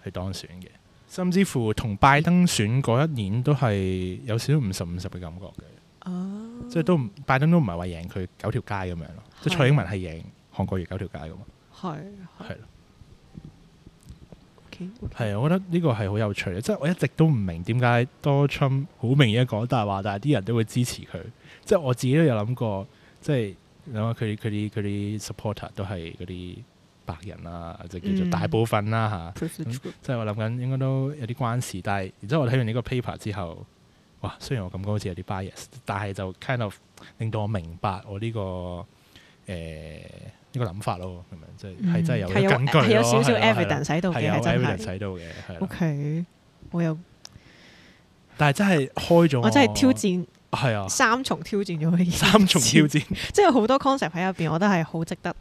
去當選嘅，甚至乎同拜登選嗰一年都係有少少五十五十嘅感覺嘅，
啊，
即係都唔拜登都唔係話贏佢九條街咁樣咯，即係
係
蔡英文係贏韓國瑜九條街噶嘛，
係
係
係
咯，
OK，
係啊我覺得呢個係好有趣嘅，即係我一直都唔明點解 Donald Trump 好明顯講大話，但係啲人都會支持佢，即係我自己都有諗過，即係諗下佢佢啲佢啲 supporter 都係嗰啲白人啦，即係叫做
嗯
大部分啦嚇。
privilege group
即係我諗緊應該都有啲關事，但係然之後我睇完呢個 paper 之後，哇！雖然我感覺好似有啲 bias，但係就 kind of 令到我明白我呢、個誒呢個諗法咯，咁樣即係係真係
嗯
有
係
啲根據咯
係有少少
係咯係咯
evidence 喺度
係
嘅，係
有
真
evidence
係。
喺度嘅，嗯係啦
O K，我有
但係真係開咗
我真係挑，戰
係哦啊，
三重挑戰咗佢，
三重挑，戰，
即係好多 concept 喺入邊，我覺得係好值得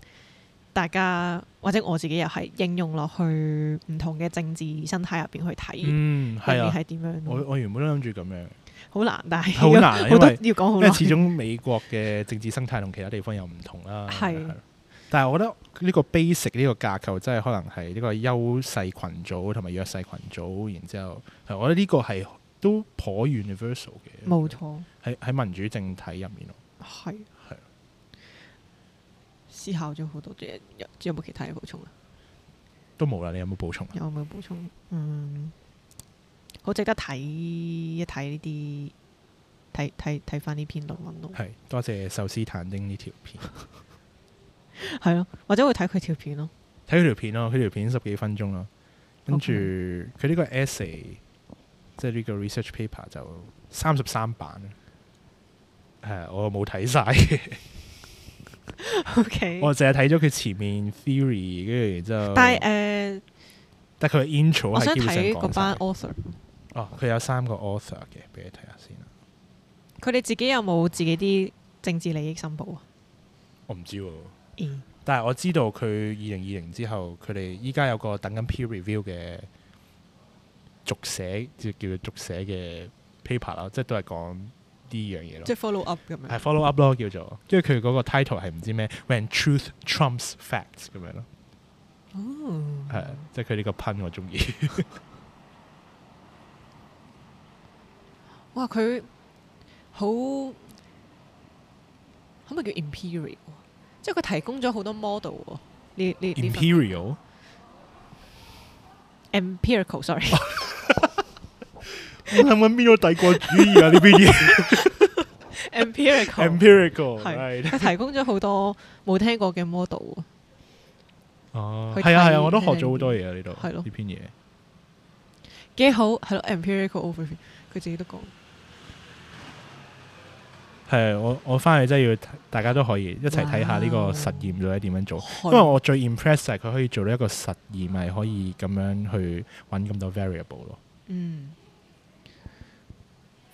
大家或者我自己又係應用落去唔同嘅政治生態入邊去睇，
嗯，係
入面
啊，
係點樣
我
咯？
我原本都諗住咁樣，
好難，但係
好難啊因為
好多要講好
因
耐
為。始終美國嘅政治生態同其他地方又唔同啦。
係
係咯但係我覺得呢個 basic 呢個架構真係可能係呢個優勢群組同埋弱勢群組，然之後係我覺得呢個係都頗 universal 嘅。
冇錯，
喺喺民主政體入面咯。
係
係啊
思考咗好多嘢，有有冇其他嘢補充啊？
都冇啦，你有冇補充啊？
有冇補充？嗯，好值得睇一睇呢啲，睇睇睇翻呢篇論文咯，
係多謝壽司坦丁呢條片，
係咯，或者會睇佢條片咯，
睇佢條片咯，佢條片十幾分鐘咯，跟住
OK
佢呢個 essay 即係呢個 research paper 就三十三版，係啊我冇睇晒。
，OK，
我淨係睇咗佢前面 theory，跟住然之後，
但係誒，
但佢嘅 intro
我想
係基本上
睇
講
嗰
晒
班 author，
哦，佢有三個 author 嘅，俾你睇下先啦。啊
佢哋自己有冇自己啲政治利益申報啊？
我唔知喎，
咦
但係我知道佢二零二零之後，佢哋依家有個等緊 peer review 嘅續寫，即係叫做續寫嘅 paper 啦，即係都係講呢樣嘢
即係
咯。
follow up 咁
係
樣，
follow up 咯，叫做，因為佢嗰個 title 係唔知咩，When Truth Trumps Facts 咁樣咯，
嗯，
係即係佢呢個噴我中意。
哇！佢好可唔可以叫 imperial？啊即係佢提供咗好多 model 喎。呢呢呢份
Imperial
empirical，sorry，
我諗緊邊個帝國主義啊？呢邊嘢
empirical，
empirical
係
right
佢提供咗好多冇聽過嘅 model 啊。
哦，
去
係啊
睇
係啊，我都學咗好多嘢啊呢度，
係咯
呢篇嘢
幾好係咯，empirical overview，佢自己都講
係我我翻去真係要睇大家都可以一齊睇下呢個
哇
實驗到底點樣做，
係
因為我最 impress 就係佢可以做到一個實驗係可以咁樣去揾咁多 variable 咯。
嗯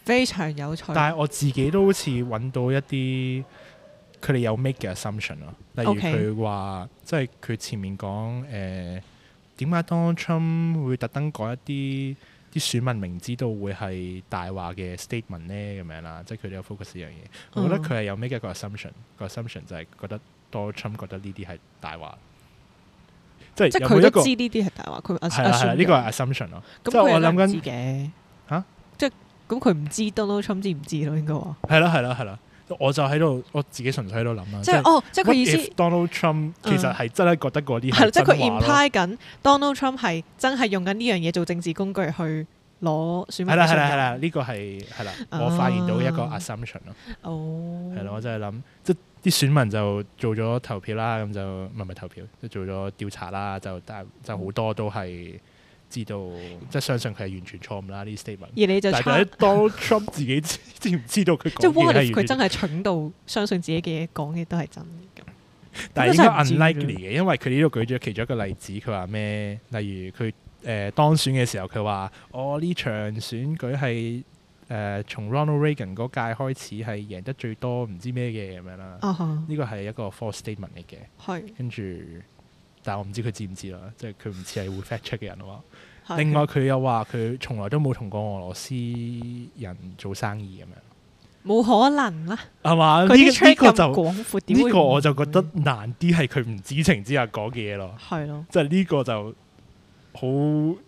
非常有趣。
但係我自己都好似揾到一啲佢哋有 make 嘅 assumption 咯，例如
OK
佢話即係佢前面講誒點解 Donald Trump 會特登講一啲啲選民明知道會係大話嘅 statement 咧咁樣啦，即係佢哋有 focus 呢樣嘢。我覺得
嗯
佢係有 make 一個 assumption，個 assumption 就係覺得 Donald Trump 覺得呢啲係大話，即
即係
係有冇
佢
一
都
個
知呢啲係大話，佢
係啦係啦，呢個係 assumption 咯。
咁
即係
佢
我
我
諗
諗
緊
緊嘅
嚇
即係咁佢唔知 Donald Trump 知唔知咯？應該話
係啦係啦係啦，我就喺度我自己純粹喺度諗啦，
即係哦，即係佢
啊 What
意
if
思嗯
Donald Trump 其實係真係覺得嗰
係
啲
啦，即係
真
佢
話咯
imply 緊 Donald Trump 係真係用緊呢樣嘢做政治工具去攞選民
係
嘅
啦係啦係
信任
啦，呢個係係啦，我發現到一個 assumption 咯，
哦，
係咯，我真係諗即係啲選民就做咗投票啦，咁就唔係唔係投票，即係做咗調查啦，就但就好多都係知道即係相信佢係完全錯誤啦呢啲 statement。
而你就
但係
差
到底 Donald Trump 自己知知唔知道佢
即係
講
what
嘢
if
係
佢
完
真
全？
係蠢到相信自己嘅嘢講嘅都係真嘅咁？
但係應該
真係唔知
unlikely 嘅，因為佢呢度舉咗其中一個例子，佢話咩？例如佢誒、呃、當選嘅時候，佢話我呢場選舉係誒、呃、從 Ronald Reagan 嗰屆開始係贏得最多唔知咩嘅咁樣啦。
啊哈，
呢個係一個 false statement 嚟嘅，
係
跟住但係我唔知佢知唔知啦，即係佢唔似係會 fact check 嘅人啊嘛。
係
另外佢又話佢從來都冇同過俄羅斯人做生意咁樣，
冇可能啦，
係嘛？啊呢
佢啲
呢
track
個
咁
就
廣闊，點
呢
會
個我就
唔會
覺得難啲，係佢唔知情之下講嘅嘢咯。
係咯，
即係呢個就好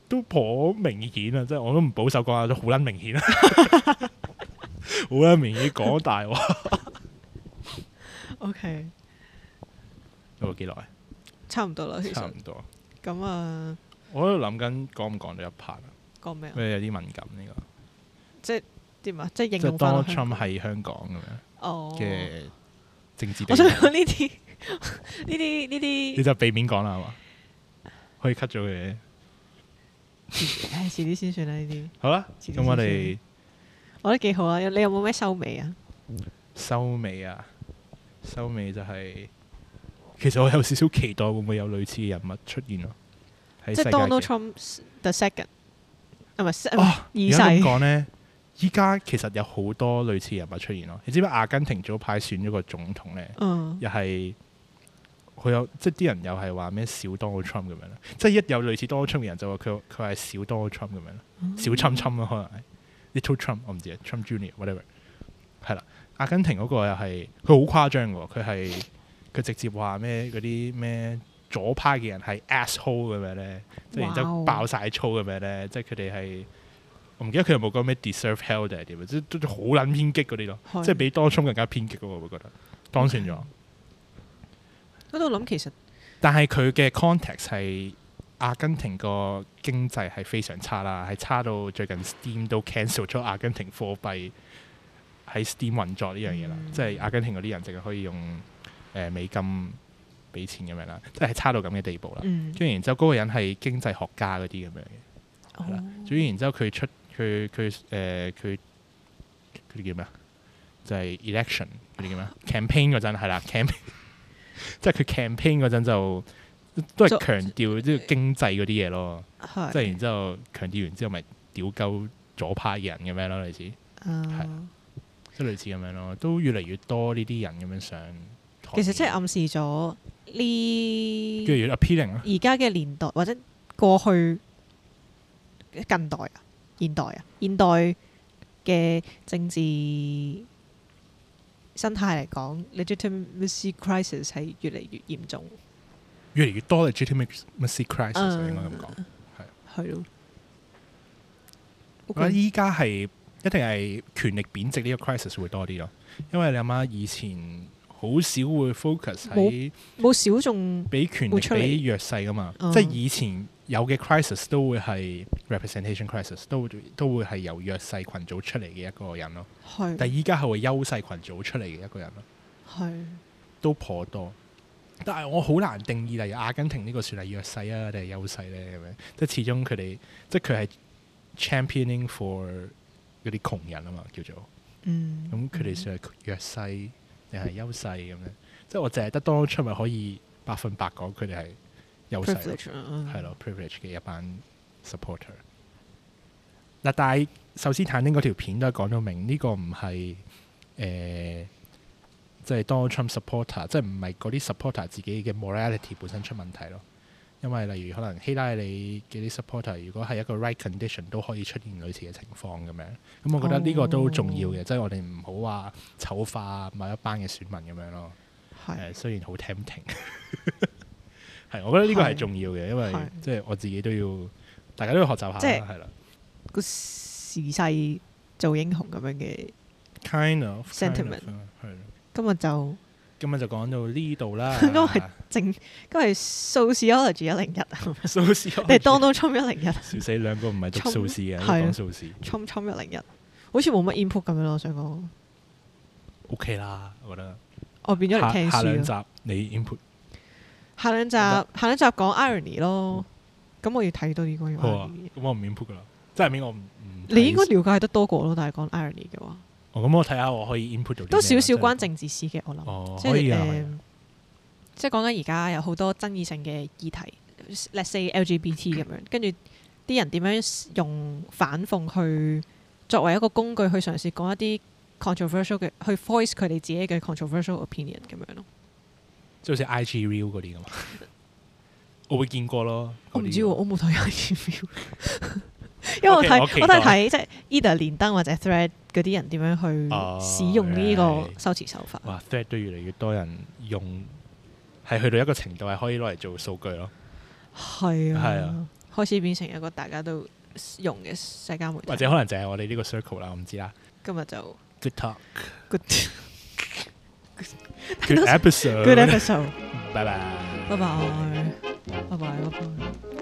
都頗明顯啊！即係我都唔保守講啊，都好撚明顯 啊，好撚明顯講大話。
OK，
有啊幾耐？
差唔多啦，其
差
實
唔多。
咁啊，
我喺度諗緊講唔講到一 part 啊？
講咩啊？
咩有啲敏感呢個？
點啊？即係應
即係
用翻
Donald
落香
Trump
港
喺香港咁樣
哦
嘅政治地
我想
位，
講呢啲呢啲呢
你
啲，
就避免講啦，係嘛？可以 cut 咗佢嘅。
唉，遲啲先算啦呢啲。
好啦，
自己
咁我
先
哋
我覺得幾好啊！你有冇咩收尾啊？
收尾啊！收尾就係其實我有少少期待會唔會有類似嘅人物出現咯，喺
即
世界
係 Donald
嘅
Trump the second，啊唔係
啊！
二
而家咁
世
講呢，依家其實有好多類似人物出現咯。你知唔知阿根廷早排選咗個總統呢？
嗯
又係佢有即係啲人又係話咩小 Donald Trump 咁樣啦，即係一有類似 Donald Trump 嘅人就話佢佢係小 Donald Trump 咁樣啦，
嗯
小侵侵啦可能係 Little Trump 我唔知啊，Trump Junior whatever 係啦。阿根廷嗰個又係佢好誇張喎，佢係佢直接話咩嗰啲咩左派嘅人係 asshole 咁樣咧，即係然之後
哇哦
爆晒粗咁樣咧，即係佢哋係我唔記得佢有冇講咩 deserve hell 定係點啊，即係都好撚偏激嗰啲咯，
係
即係比 Donald Trump 更加偏激咯，我會覺得當選咗。
我喺度諗其實
但係佢嘅 context 係阿根廷個經濟係非常差啦，係差到最近 Steam 都 cancel 咗阿根廷貨幣喺 Steam 運作呢樣嘢啦，
嗯
即係阿根廷嗰啲人淨係可以用誒、呃美金俾錢咁樣啦，即係差到咁嘅地步啦。
嗯，
跟住然之後嗰個人係經濟學家嗰啲咁樣嘅，係啦
哦。
總之然之後佢出佢佢誒佢佢哋叫咩啊？就係、election 嗰啲叫咩啊 campaign 嗰陣係啦，campaign 即係佢 campaign 嗰陣就都係
就
強調呢個經濟嗰啲嘢咯，
哦係
即係然之後強調完之後咪屌鳩左派嘅人咁樣咯，類似
啊，
即係類似咁樣咯，都越嚟越多呢啲人咁樣上台
其實
面
即係暗示咗
跟住
呢
越 appealing 咯，
而家嘅年代或者過去近代啊、現代啊、現代嘅政治生態嚟講，legitimacy crisis 係越嚟越嚴重，
越嚟越多 legitimacy crisis
嗯
應該咁講。
係咯。
我覺得啊依家係一定係權力貶值呢個 crisis 會多啲咯，因為你諗下以前好少會 focus 喺
冇小眾
俾權
會
力
出嚟
俾弱勢噶嘛，
嗯
即係以前有嘅 crisis 都會係 representation crisis，都會都會係由弱勢群組出嚟嘅一個人咯，
係
但係依家係會優勢群組出嚟嘅一個人咯，
係
嗯都頗多。但係我好難定義，例如阿根廷呢個算係弱勢啊，定係優勢咧咁樣？即係始終佢哋，即係佢係 championing for 嗰啲窮人啊嘛，叫做。
嗯
咁佢哋算係弱勢定係優勢咁樣？即係我淨係得 Donald Trump 咪可以百分百講佢哋係優勢咯，
privilege 嗯
係咯，privilege 嘅一班 supporter。嗱，但係壽司坦丁嗰條片都係講到明，呢、個唔係誒，即係 Donald Trump supporter，即係唔係嗰啲 supporter 自己嘅 morality 本身出問題咯。因為例如可能希拉里嘅啲 supporter，如果係一個 right condition 都可以出現類似嘅情況咁樣。咁我覺得呢個都重要嘅，即係我哋唔好話醜化某一班嘅選民咁樣咯。誒、
係
雖然好 tempting，係我覺得呢個係
係
重要嘅，因為
係
即係我自己都要，大家都要學習下
即係
啦，係啦
個時勢做英雄咁樣嘅，
，kind of
Sentiment
係咯
今日就
今日就講到呢 度啦，
應該 係正，今日 sociology 一零一啊，
數字，
你係 Donald Trump 一零一
笑死兩個唔係讀
衝
數字嘅，
係啊
講數字
，Trump Trump 一零一，好似冇乜 input 咁樣咯，我想講，
OK 啦，我覺得
我變咗嚟聽
下下兩
書咯。啊
集你 input
下兩集，
好啊
下兩集講 irony 咯，咁我要睇多啲關於
好啊
irony 嘅，嘢。
咁我唔 input 噶啦，即係面我唔唔睇
你應該了解得多過咯，但係講 irony 嘅話，
哦咁我睇下我可以 input 到啲咩啦
都少少
真係
關政治事嘅，我諗。
啊哦，
即
可以
係
啊，
誒
可以啊，
即係講緊而家有好多爭議性嘅議題，let's say LGBT 咁樣，跟住啲人點樣用反諷去作為一個工具去嘗試講一啲 controversial 嘅，去 voice 佢哋自己嘅 controversial opinion 咁樣咯。
即係好似 IG reel 嗰啲 咁啊，我會見過咯，
我唔
嗰啲
知喎，我冇睇 review，因為 我睇
OK，我期
我都係
待
睇即係 either 連登或者 thread 嗰啲人點樣
哦
去使用呢個
right
修辭手法。
哇，Thread 都越嚟越多人用，係去到一個程度係可以攞嚟做數據咯，
係啊，
係啊
開始變成一個大家都用嘅社交媒體。
或者可能就係我哋呢個 circle 啦，我唔知啦。
今日就
Good talk,
good
good episode，
good episode，
拜拜。
拜拜，拜拜，拜拜。